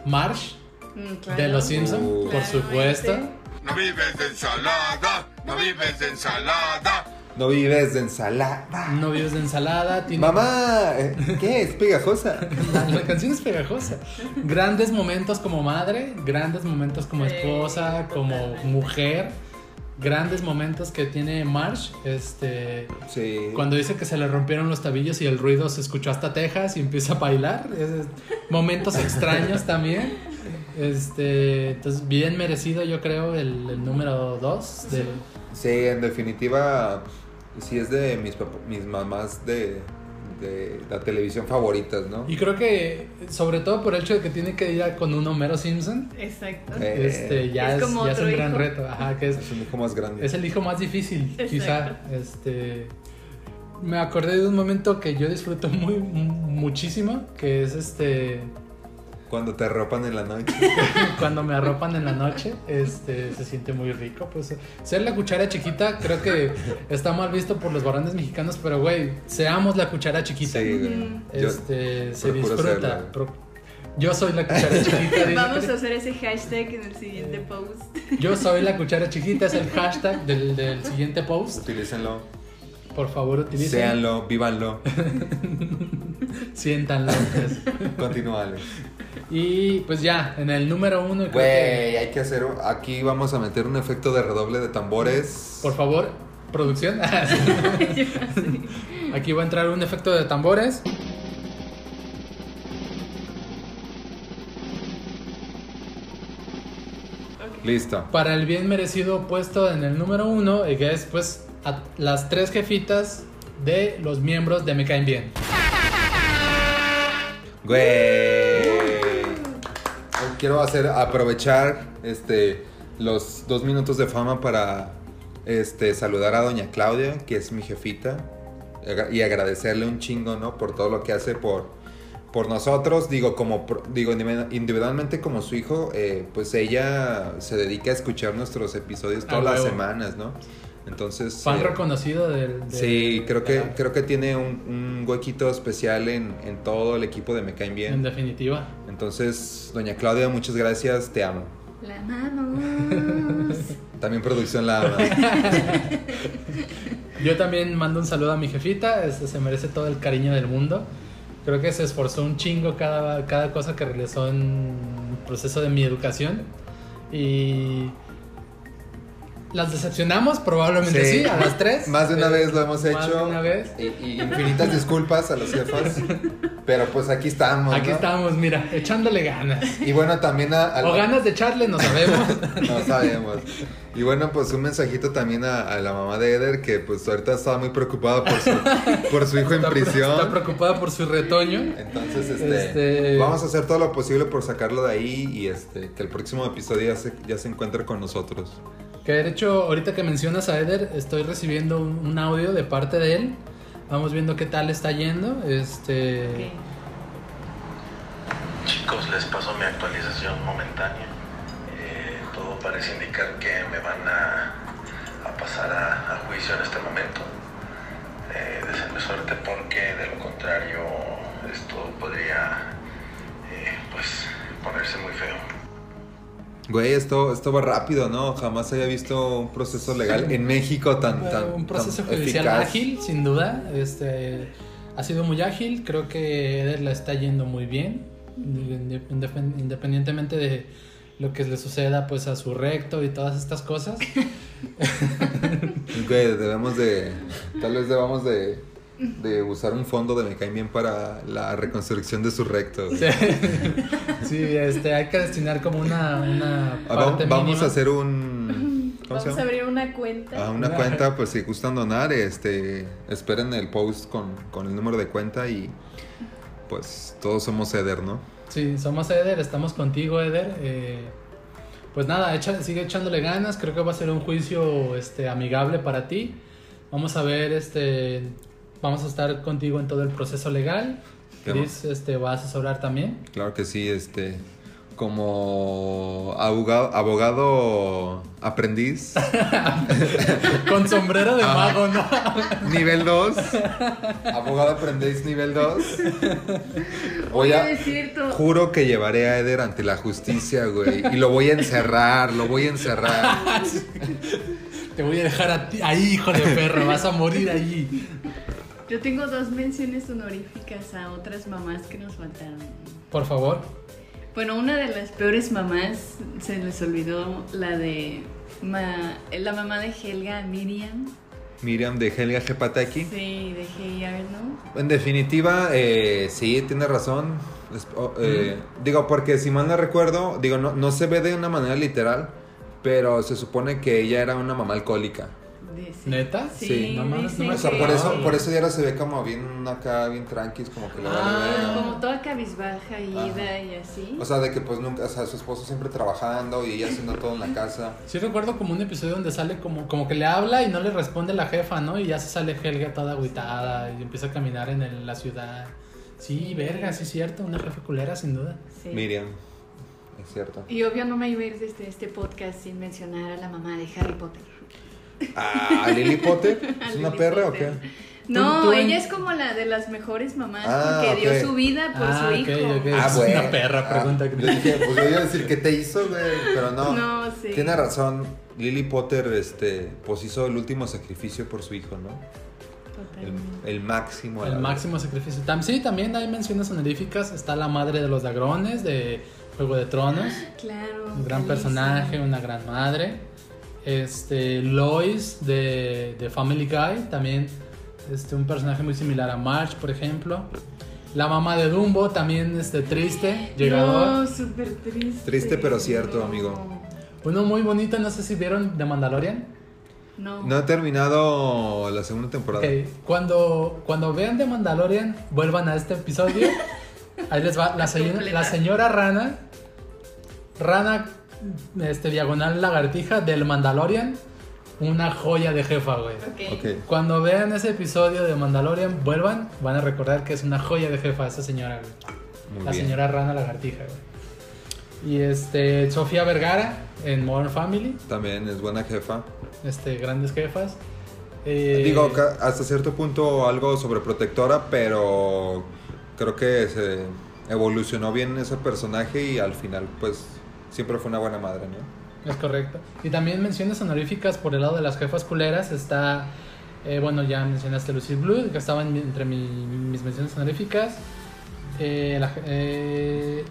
A: Marsh,
E: Ah.
D: Mm, claro.
A: de Los Simpsons,
E: Uh.
A: por supuesto.
D: Claramente.
F: No vives de ensalada, no vives de ensalada.
E: No vives de ensalada.
A: No vives de ensalada. Tiene
E: Mamá, eh, *laughs* ¿qué? Es pegajosa.
A: La, *laughs* la canción es pegajosa. Grandes momentos como madre, grandes momentos como
D: Sí,
A: esposa, como
D: totalmente.
A: mujer, grandes momentos que tiene Marsh. Este,
E: Sí.
A: cuando dice que se le rompieron los tabillos y el ruido se escuchó hasta Texas y empieza a bailar. es- momentos extraños también. Este, entonces bien merecido yo creo el, el número 2 del
E: Sí, en definitiva, sí es de mis, pap- mis mamás de, de la televisión favoritas, ¿no?
A: y creo que sobre todo por el hecho de que tiene que ir a- con un Homero Simpson,
D: Exacto.
E: Sí. Eh,
A: este ya
D: es
A: es,
D: como
A: ya es
D: otro
A: un gran
D: hijo.
A: reto, ajá, que es
E: Es un hijo más grande.
A: Es el hijo más difícil,
D: Exacto.
A: quizá. Este, me acordé de un momento que yo disfruto muy muchísimo, que es este
E: Cuando te ropan en la noche.
A: cuando me arropan en la noche, este se siente muy rico, pues ser la cuchara chiquita creo que está mal visto por los varones mexicanos, pero güey, seamos la cuchara chiquita.
D: Mm.
E: Sí, güey. Yo-
A: este se
E: procuro
A: disfruta.
E: serlo, güey.
A: pro- Yo soy la cuchara chiquita. dice
D: *laughs* Vamos
A: Cari.
D: a hacer ese hashtag en el siguiente
E: Eh.
D: post.
A: Yo soy la cuchara chiquita es el hashtag del, del siguiente post.
E: Utilícenlo,
A: Por favor, utilicen.
E: séanlo, vívanlo,
A: Siéntanlo. pues.
E: continúale.
A: Y pues ya, en el número uno. creo
E: Güey,
A: que-
E: hay que hacer. un- Aquí vamos a meter un efecto de redoble de tambores.
A: Por favor, producción. *laughs* Aquí va a entrar un efecto de tambores.
E: Listo.
A: Para el bien merecido puesto en el número uno, eh, que es pues a- las tres jefitas de los miembros de Me Caen Bien.
E: Güey. Quiero hacer aprovechar este los dos minutos de fama para este saludar a doña Claudia, que es mi jefita, agra- y agradecerle un chingo, ¿no? Por todo lo que hace por, por nosotros. Digo, como pro- digo, individu- individualmente como su hijo, eh, pues ella se dedica a escuchar nuestros episodios
A: A
E: todas las
A: huevo.
E: semanas, ¿no? Entonces.
A: Fan
E: eh,
A: reconocido del. del-
E: Sí, creo
A: de
E: que,
A: la-
E: creo que tiene un, un huequito especial en, en todo el equipo de Me Caen Bien.
A: En definitiva.
E: Entonces, doña Claudia, muchas gracias, te amo.
D: La amamos.
E: También producción la ama.
A: *laughs* Yo también mando un saludo a mi jefita, este, se merece todo el cariño del mundo. Creo que se esforzó un chingo cada, cada cosa que realizó en el proceso de mi educación. Y las decepcionamos, probablemente sí,
E: Sí.
A: a las
E: *laughs*
A: tres.
E: Más de una
A: Eh,
E: vez lo hemos
A: Más
E: hecho.
A: de una vez.
E: Y, y infinitas disculpas a los jefas. Pero pues aquí estamos.
A: Aquí
E: ¿no?
A: estamos, mira, echándole ganas.
E: Y bueno, también a. a-
A: O ganas de echarle, no sabemos.
E: *laughs* No sabemos. Y bueno, pues un mensajito también a, a la mamá de Eder, que pues ahorita estaba muy preocupada por su, por su hijo en
A: Está pre- Está
E: prisión.
A: preocupada por su retoño.
E: Entonces, este,
A: Este-
E: vamos a hacer todo lo posible por sacarlo de ahí y este, que el próximo episodio ya se, ya se encuentre con nosotros.
A: Que de hecho, ahorita que mencionas a Eder, estoy recibiendo un, un audio de parte de él. Vamos viendo qué tal está yendo. Este.
D: *laughs* Ok.
C: Chicos, les paso mi actualización momentánea. Eh, todo parece indicar que me van a, a pasar a, a juicio en este momento. Eh, deseo mi suerte porque de lo contrario esto podría eh, pues ponerse muy feo.
E: Güey, esto, esto va rápido, ¿no? Jamás había visto un proceso legal en México tan, tan
A: un proceso
E: tan
A: judicial
E: eficaz.
A: ágil, sin duda. Este. Ha sido muy ágil. Creo que Eder la está yendo muy bien. inde- independ- Independientemente de lo que le suceda pues a su recto y todas estas
E: *laughs*
A: cosas.
E: Güey, debemos de... Tal vez debamos de, de usar un fondo de Me Caen Bien para la reconstrucción de su recto. güey.
A: Sí, *laughs* Sí, este, hay que destinar como una, una
E: Ah, va-
A: parte
E: vamos
A: mínima.
E: a hacer un... ¿Cómo se
D: Vamos a
E: llama?
D: abrir una cuenta.
E: Ah, una cuenta, pues si gustan donar, este, esperen el post con, con el número de cuenta y pues todos somos Eder, ¿no?
A: Sí, somos Eder, estamos contigo, Eder. Eh, pues nada, echa- sigue echándole ganas. Creo que va a ser un juicio este, amigable para ti. Vamos a ver, este, vamos a estar contigo en todo el proceso legal.
E: Qué
A: Chris este, va a asesorar también. *laughs*
E: Claro que sí, este. Como abogado, abogado aprendiz,
A: Con
E: Ah.
A: sombrero de mago, ¿no?
E: nivel 2. Abogado aprendiz, nivel 2. Voy
D: Oye,
E: a.
D: es cierto.
E: Juro que llevaré a Eder ante la justicia, güey. Y lo voy a encerrar, lo voy a encerrar.
A: Te voy a dejar a ti- ahí, hijo de perro. Vas a morir allí.
D: Yo tengo dos menciones honoríficas a otras mamás que nos faltaron.
A: Por favor.
D: Bueno, una de las peores mamás se les olvidó la de ma- la mamá de Helga, Miriam.
E: Miriam de Helga Gepataki.
D: Sí, de Hey Arnold.
E: En definitiva, eh, sí, tiene razón. Es- o- eh, Digo, porque si mal no recuerdo, digo, no, no se ve de una manera literal, pero se supone que ella era una mamá alcohólica.
D: Dice-
A: ¿Neta?
D: Sí,
E: Sí.
A: No mames,
D: dicen
A: no
E: O
A: me
E: sea,
D: que-
E: por eso,
A: Sí.
E: por eso ya ahora se ve como bien acá, bien tranquis, como que le vale
A: Ah.
E: verga.
D: Como toda cabizbaja, ida
E: Ajá.
D: y así.
E: O sea, de que pues nunca, o sea, su esposo siempre trabajando y ella haciendo todo en la casa.
A: Sí recuerdo como un episodio donde sale como, como que le habla y no le responde la jefa, ¿no? Y ya se sale Helga toda agüitada y empieza a caminar en el- la ciudad. Sí, verga, sí es cierto, una jefa culera sin duda.
D: Sí.
E: Miriam, es cierto.
D: Y obvio no me iba a ir desde este podcast sin mencionar a la mamá de Harry Potter.
E: Ah, Lily Potter, ¿es
D: Lily
E: una perra o qué?
D: Potter. No,
A: Tú- tú en-
D: ella es como la de las mejores mamás
E: Ah,
D: porque
E: ok.
D: dio su vida por
A: Ah,
D: su
A: ok,
D: hijo.
A: ok. Es una perra pregunta,
E: Ah, Yo
A: creo.
E: dije, pues yo iba a decir, ¿qué te hizo, güey? Pero no.
D: No, sí.
E: Tiene razón. Lily Potter, este, pues hizo el último sacrificio por su hijo, ¿no? El,
D: Totalmente.
E: el máximo. a la
A: El
E: vez.
A: máximo sacrificio. Tam- sí, también hay menciones honoríficas. Está la madre de los dragones de Juego de Tronos.
D: Claro.
A: Un gran
D: Calista.
A: personaje, una gran madre. Este, Lois de, de Family Guy, también este, un personaje muy similar a Marge, por ejemplo. La mamá de Dumbo, también este, triste, llegador.
D: No, súper triste.
E: Triste, pero cierto, amigo.
A: Uno muy bonito, no sé si vieron de Mandalorian.
D: No.
E: No he terminado la segunda temporada.
A: Ok, Cuando, cuando vean de Mandalorian, vuelvan a este episodio. Ahí les va la, señora-
D: Completa.
A: la señora rana. Rana este, diagonal lagartija del Mandalorian. Una joya de jefa, güey.
D: Ok.
E: Ok.
A: Cuando vean ese episodio de Mandalorian, vuelvan, van a recordar que es una joya de jefa esa señora, güey.
E: Muy
A: la
E: bien.
A: señora rana lagartija, güey. Y este, Sofía Vergara en Modern Family,
E: También es buena jefa.
A: este, grandes jefas. Eh,
E: Digo, ca- hasta cierto punto algo sobreprotectora, pero creo que se evolucionó bien ese personaje y al final, pues, siempre fue una buena madre, ¿no?
A: Es correcto. Y también menciones honoríficas por el lado de las jefas culeras. Está, eh, bueno, ya mencionaste Lucy Blue, que estaba en mi- entre mi- mis menciones honoríficas. Eh, la, je- eh,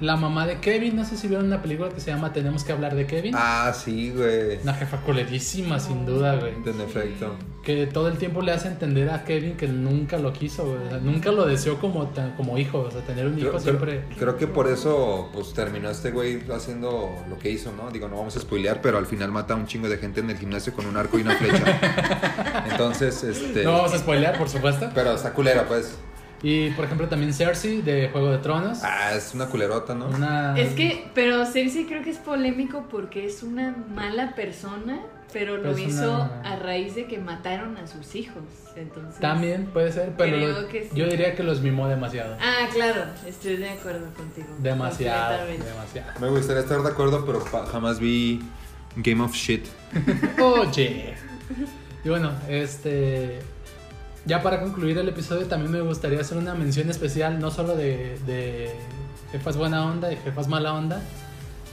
A: la mamá de Kevin, no sé si vieron una película que se llama Tenemos que hablar de Kevin.
E: Ah, sí, güey.
A: Una jefa culerísima, sin duda, güey.
E: En efecto.
A: Que todo el tiempo le hace entender a Kevin que nunca lo quiso, güey. O sea, nunca lo deseó como, ta- como hijo. O sea, tener un hijo
E: Creo, creo-
A: siempre.
E: creo que por eso pues terminó este güey haciendo lo que hizo, ¿no? Digo, no vamos a spoilear, pero al final mata a un chingo de gente en el gimnasio con un arco y una flecha.
A: *laughs*
E: Entonces, este.
A: No vamos a spoilear, por supuesto.
E: Pero está culera, pues.
A: Y por ejemplo, también Cersei de Juego de Tronos.
E: Ah, es una culerota, ¿no?
A: Una-
D: Es que, pero Cersei creo que es polémico porque es una mala persona, pero lo
A: Persona-
D: hizo a raíz de que mataron a sus hijos. Entonces.
A: También puede ser, pero
D: Creo
A: lo-
D: que sí.
A: yo diría que los mimó demasiado.
D: Ah, claro, estoy de acuerdo contigo.
A: Demasiado,
D: completamente.
A: demasiado.
E: Me gustaría estar de acuerdo, pero pa- jamás vi Game of Shit.
A: Oye. Y bueno, este. Ya para concluir el episodio, también me gustaría hacer una mención especial, no solo de, de jefas buena onda y jefas mala onda.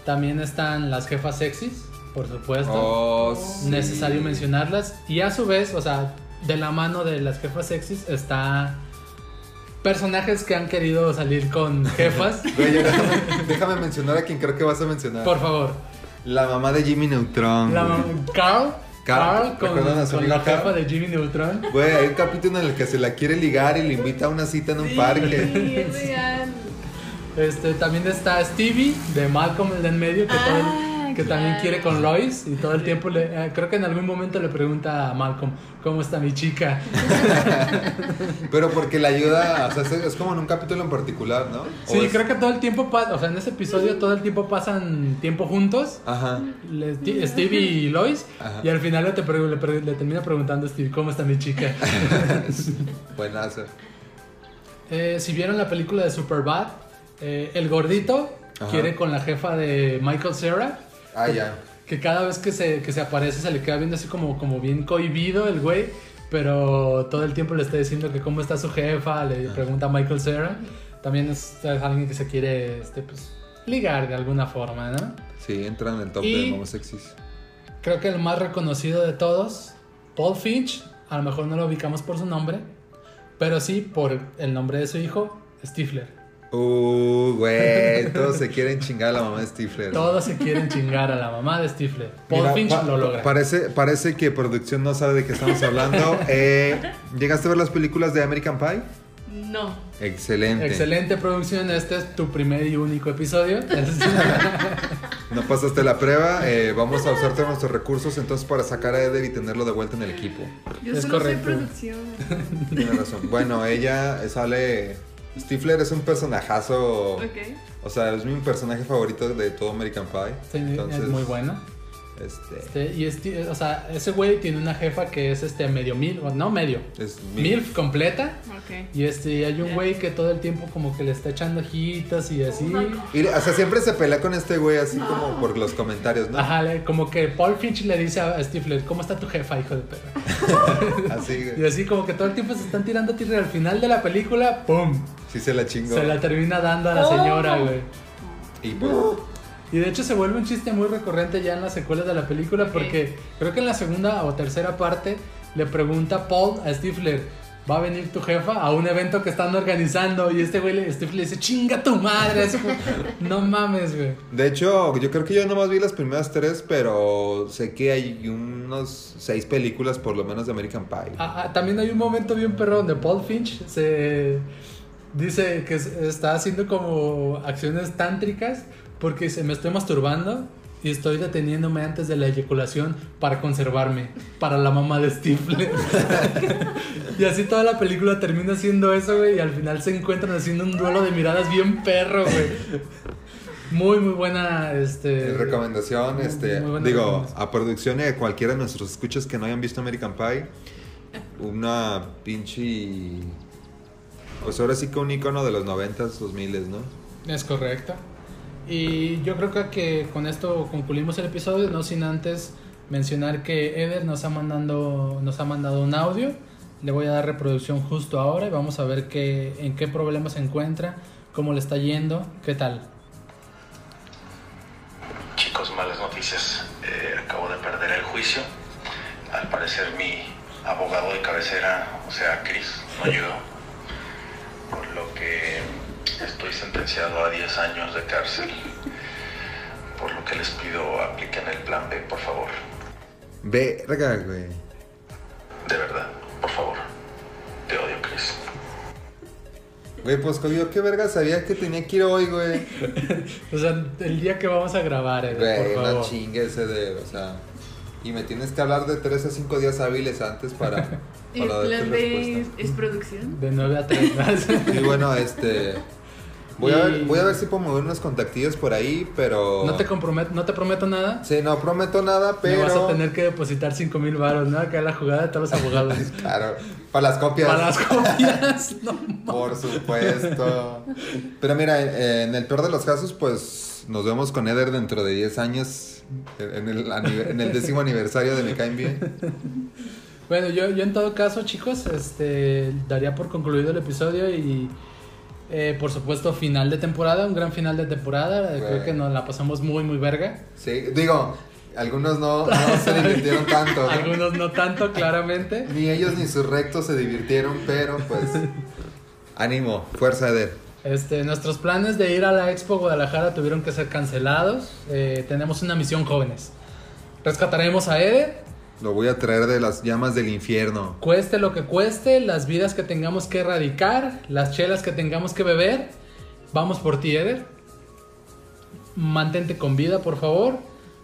A: También están las jefas sexys, por supuesto.
E: Oh, sí.
A: necesario mencionarlas. Y a su vez, o sea, de la mano de las jefas sexys está personajes que han querido
E: *laughs*
A: salir con jefas.
E: Güey, yo déjame, *laughs* déjame mencionar a quien creo que vas a mencionar.
A: Por favor.
E: La mamá de Jimmy Neutron.
A: La
E: güey.
A: mam- Carl. Carl,
E: Carl,
A: con,
E: ¿recuerdan a su
A: con
E: amigo
A: la jefa
E: Carl?
A: de Jimmy Neutron.
E: Güey, hay un capítulo en el que se la quiere ligar y le invita a una cita en un parque.
D: Sí, es real.
A: Este, también está Stevie de Malcolm el de en medio que, todo el-
D: Ah,
A: que también
D: claro.
A: quiere con Lois y todo el tiempo le, eh, creo que en algún momento le pregunta a Malcolm cómo está mi
D: *laughs*
A: chica.
E: Pero porque la ayuda, o sea, es- es como en un capítulo en particular, ¿no?
A: Sí, creo que todo el tiempo pasa, o sea, en ese episodio todo el tiempo pasan tiempo juntos.
E: Ajá.
A: Le- Ti- Stevie y Lois
E: Ajá.
A: y al final le, te pregu- le pre- le termina preguntando a Stevie cómo está mi chica.
E: Buenazo.
A: Eh, si vieron la película de Superbad, eh, el gordito
E: Ajá.
A: quiere con la jefa de Michael Cera.
E: Ah, ya.
A: Que cada vez que se, que se aparece se le queda viendo así como, como bien cohibido el güey. Pero todo el tiempo le está diciendo que cómo está su jefa. Le pregunta a Michael Cera. También es, es alguien que se quiere este, pues, ligar de alguna forma, ¿no?
E: Sí, entra en el top
A: Y-
E: de Momo Sexys.
A: Creo que el más reconocido de todos, Paul Finch, a lo mejor no lo ubicamos por su nombre, pero sí por el nombre de su hijo, Stifler.
E: Uh, güey, todos se quieren chingar a la mamá de Stifler.
A: Todos se quieren chingar a la mamá de Stifler. Paul
E: Mira,
A: Finch
E: pa-
A: lo logra.
E: Parece, parece que producción no sabe de qué estamos hablando. Eh, ¿Llegaste a ver las películas de American Pie?
D: No.
E: Excelente.
A: Excelente producción, este es tu primer y
E: *laughs*
A: único episodio. Este
E: No pasaste la prueba. eh, vamos a usarte nuestros recursos entonces para sacar a Eder y tenerlo de vuelta en el equipo.
D: Yo
A: Es
D: solo
A: correcto.
D: soy producción.
E: Tienes razón. Bueno, ella sale. Stifler es un personajazo.
D: ok.
E: O sea, es mi personaje favorito de todo American Pie.
A: Sí, es este muy buena.
E: Este,
A: Este, y este, o sea, ese güey tiene una jefa que es este medio mil, o no medio,
E: es mi-
A: milf completa. *laughs*
D: Ok.
A: Y este, hay un güey que todo el tiempo como que le está echando hojitas y así.
E: Y, o sea, siempre se pelea con este güey así como por los comentarios, ¿no?
A: Ajá, le- como que Paul Finch le dice a Stifler, ¿cómo está tu jefa, hijo de perra?
E: Así,
A: Y *laughs*
E: güey.
A: así como que todo el tiempo se están tirando tirre. Al final de la película, ¡pum!
E: Sí se la chingó.
A: Se la termina dando a la señora, güey.
E: Y pues,
A: Y de hecho se vuelve un chiste muy recurrente ya en las secuelas de la película porque creo que en la segunda o tercera parte le pregunta Paul a Stifler, ¿va a venir tu jefa a un evento que están organizando? Y este güey, le- Stifler le dice, chinga tu madre. Así como, no mames, güey.
E: de hecho, yo creo que yo nomás vi las primeras tres, pero sé que hay unos seis películas por lo menos de American Pie.
A: Ah, ah, también hay un momento bien perro donde Paul Finch se dice que se- está haciendo como acciones tántricas porque se me estoy masturbando y estoy deteniéndome antes de la eyaculación para conservarme para la mamá de Stifler. *laughs* y así toda la película termina siendo eso, güey, y al final se encuentran haciendo un duelo de miradas bien perro, güey. Muy muy buena este
E: Eh, Recomendación,
A: muy-
E: este,
A: muy buena
E: digo,
A: recomendación.
E: a producción y a cualquiera de nuestros escuchas que no hayan visto American Pie, una pinche... Pues ahora sí que un icono de los 90s, 2000 ¿no?
A: Es correcto. Y yo creo que, que con esto concluimos el episodio, no sin antes mencionar que Eder nos ha, mandando, nos ha mandado un audio. Le voy a dar reproducción justo ahora y vamos a ver qué, en qué problema se encuentra, cómo le está yendo, qué tal.
C: Chicos, malas noticias. Eh, acabo de perder el juicio. Al parecer mi abogado de cabecera, o sea, Chris, no llegó. Por lo que estoy sentenciado a 10 años de cárcel. Por lo que les pido apliquen el plan B, por favor.
E: Verga, güey.
C: De verdad, por favor. Te odio, Chris.
E: Güey, pues yo qué verga sabía que tenía que ir hoy, güey.
A: O sea, el día que vamos a grabar, Eder,
E: Güey,
A: *laughs* por
E: no
A: favor.
E: chingue ese de, o sea... Y me tienes que hablar de 3 a 5 días hábiles antes
A: *laughs*
E: para, para
D: ¿El
E: darte
D: Eh, plan B es,
E: respuesta.
D: es producción?
A: De 9 a 3.
E: *laughs* Y bueno, este... Voy, a
A: Y-
E: ver, voy a ver si puedo mover unos contactillos por ahí, pero...
A: No te, compromet- no te prometo nada.
E: Sí, no prometo nada,
A: Me
E: pero.
A: vas a tener que depositar 5 mil baros, ¿no? Acá la jugada de todos los
E: *laughs*
A: abogados.
E: Claro, para las copias.
A: Para las copias, *laughs* no
E: Por supuesto. Pero mira, eh, en el peor de los casos, pues nos vemos con Eder dentro de 10 años, en el, anive- en el décimo aniversario de Me Caen Bien.
A: Bueno, yo, yo en todo caso, chicos, este, daría por concluido el episodio y, eh, por supuesto, final de temporada, un gran final de temporada. Eh, Creo
E: Güey.
A: que nos la pasamos muy, muy verga.
E: Sí, digo, algunos no, no se divirtieron tanto. ¿no?
A: Algunos no tanto, claramente.
E: Ni ellos ni sus rectos se divirtieron, pero pues. Ánimo, fuerza, Eder.
A: Este, nuestros planes de ir a la Expo Guadalajara tuvieron que ser cancelados. Eh, tenemos una misión, jóvenes. Rescataremos a Eder,
E: Lo voy a traer de las llamas del infierno.
A: Cueste lo que cueste, las vidas que tengamos que erradicar, las chelas que tengamos que beber, vamos por ti, Eder. Mantente con vida, por favor,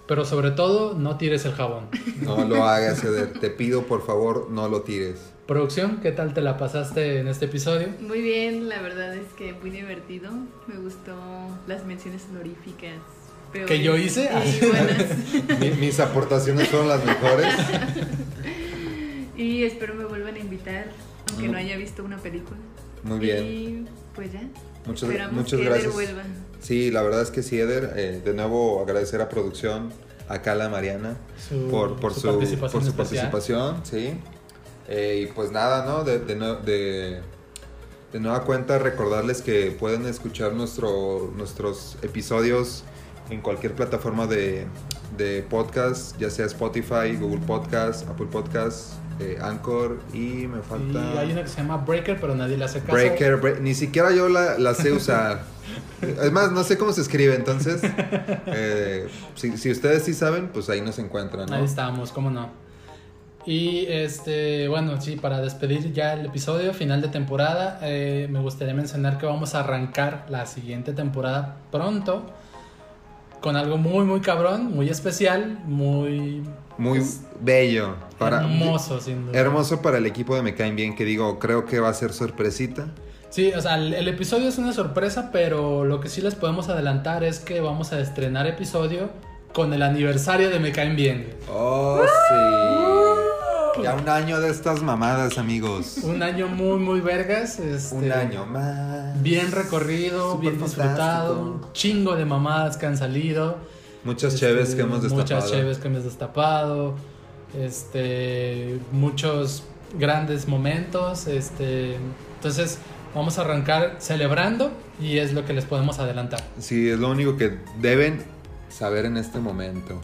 A: pero sobre todo, no tires el jabón.
E: No lo hagas, Eder. Te pido, por favor, no lo tires.
A: Producción, ¿qué tal te la pasaste en este episodio?
D: Muy bien, la verdad es que muy divertido. Me gustó las menciones honoríficas. peores
A: ¿Que yo hice? Ah.
D: Y
A: *laughs*
D: buenas.
E: Mi- mis aportaciones fueron las mejores.
D: y espero me vuelvan a invitar, aunque
E: Mm.
D: no haya visto una película.
E: Muy bien.
D: Y pues ya.
E: Muchas,
D: Esperamos
E: muchas
D: que Eder
E: gracias.
D: vuelva.
E: Sí, la verdad es que sí, Eder. eh, de nuevo agradecer a producción, a Cala Mariana,
A: Su-
E: por, por
A: su
E: su,
A: participación
E: por su
A: especial.
E: participación. Sí. Eh, y pues nada, ¿no? De, de, nue- de- de nueva cuenta, recordarles que pueden escuchar nuestro, nuestros episodios en cualquier plataforma de, de podcast, ya sea Spotify, Google Podcast, Apple Podcast, eh, Anchor y me
A: Y
E: falta...
A: hay una que se llama Breaker, pero nadie le hace caso.
E: Breaker, bre- ni siquiera yo la, la sé usar. Es más, no sé cómo se escribe, entonces. eh, si, si ustedes sí saben, pues ahí nos encuentran. ¿no?
A: Ahí estamos, cómo no. Y este, bueno, sí, para despedir ya el episodio, final de temporada, eh, me gustaría mencionar que vamos a arrancar la siguiente temporada pronto con algo muy, muy cabrón, muy especial, muy
E: Muy bello. Para,
A: hermoso, sin duda.
E: Hermoso para el equipo de Me Caen Bien, que digo, creo que va a ser sorpresita.
A: Sí, o sea, el, el episodio es una sorpresa, pero lo que sí les podemos adelantar es que vamos a estrenar episodio con el aniversario de Me Caen Bien. güey.
E: Oh, sí. Ya un año de estas mamadas, amigos.
A: Un año muy, muy vergas. Este,
E: Un año más.
A: Bien recorrido,
E: Súper
A: bien disfrutado.
E: fantástico.
A: Un chingo de mamadas que han salido.
E: Muchas
A: Este,
E: cheves que hemos destapado.
A: Muchas cheves que hemos destapado. Este, muchos grandes momentos. Este, entonces, vamos a arrancar celebrando y es lo que les podemos adelantar.
E: Sí, es lo único que deben saber en este momento.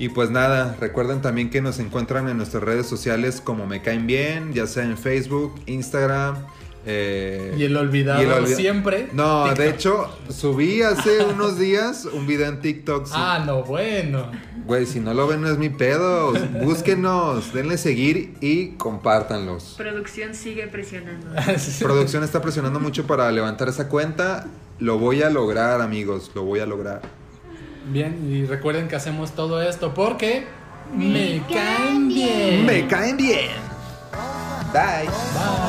E: Y pues nada, recuerden también que nos encuentran en nuestras redes sociales como Me Caen Bien, ya sea en Facebook, Instagram. eh,
A: Y el olvidado
E: y el olvi-
A: siempre.
E: No,
A: TikTok.
E: de hecho, subí
A: *laughs*
E: hace unos días un video en TikTok. sí.
A: Ah, no, bueno. *laughs*
E: Güey, si no lo ven, no es mi pedo. Búsquenos, denle seguir y compártanlos.
D: Producción sigue presionando.
E: Producción está presionando mucho para levantar esa cuenta. Lo voy a lograr, amigos. Lo voy a lograr.
A: Bien, y recuerden que hacemos todo esto porque me caen bien.
E: Me caen bien. Bye.
A: Bye.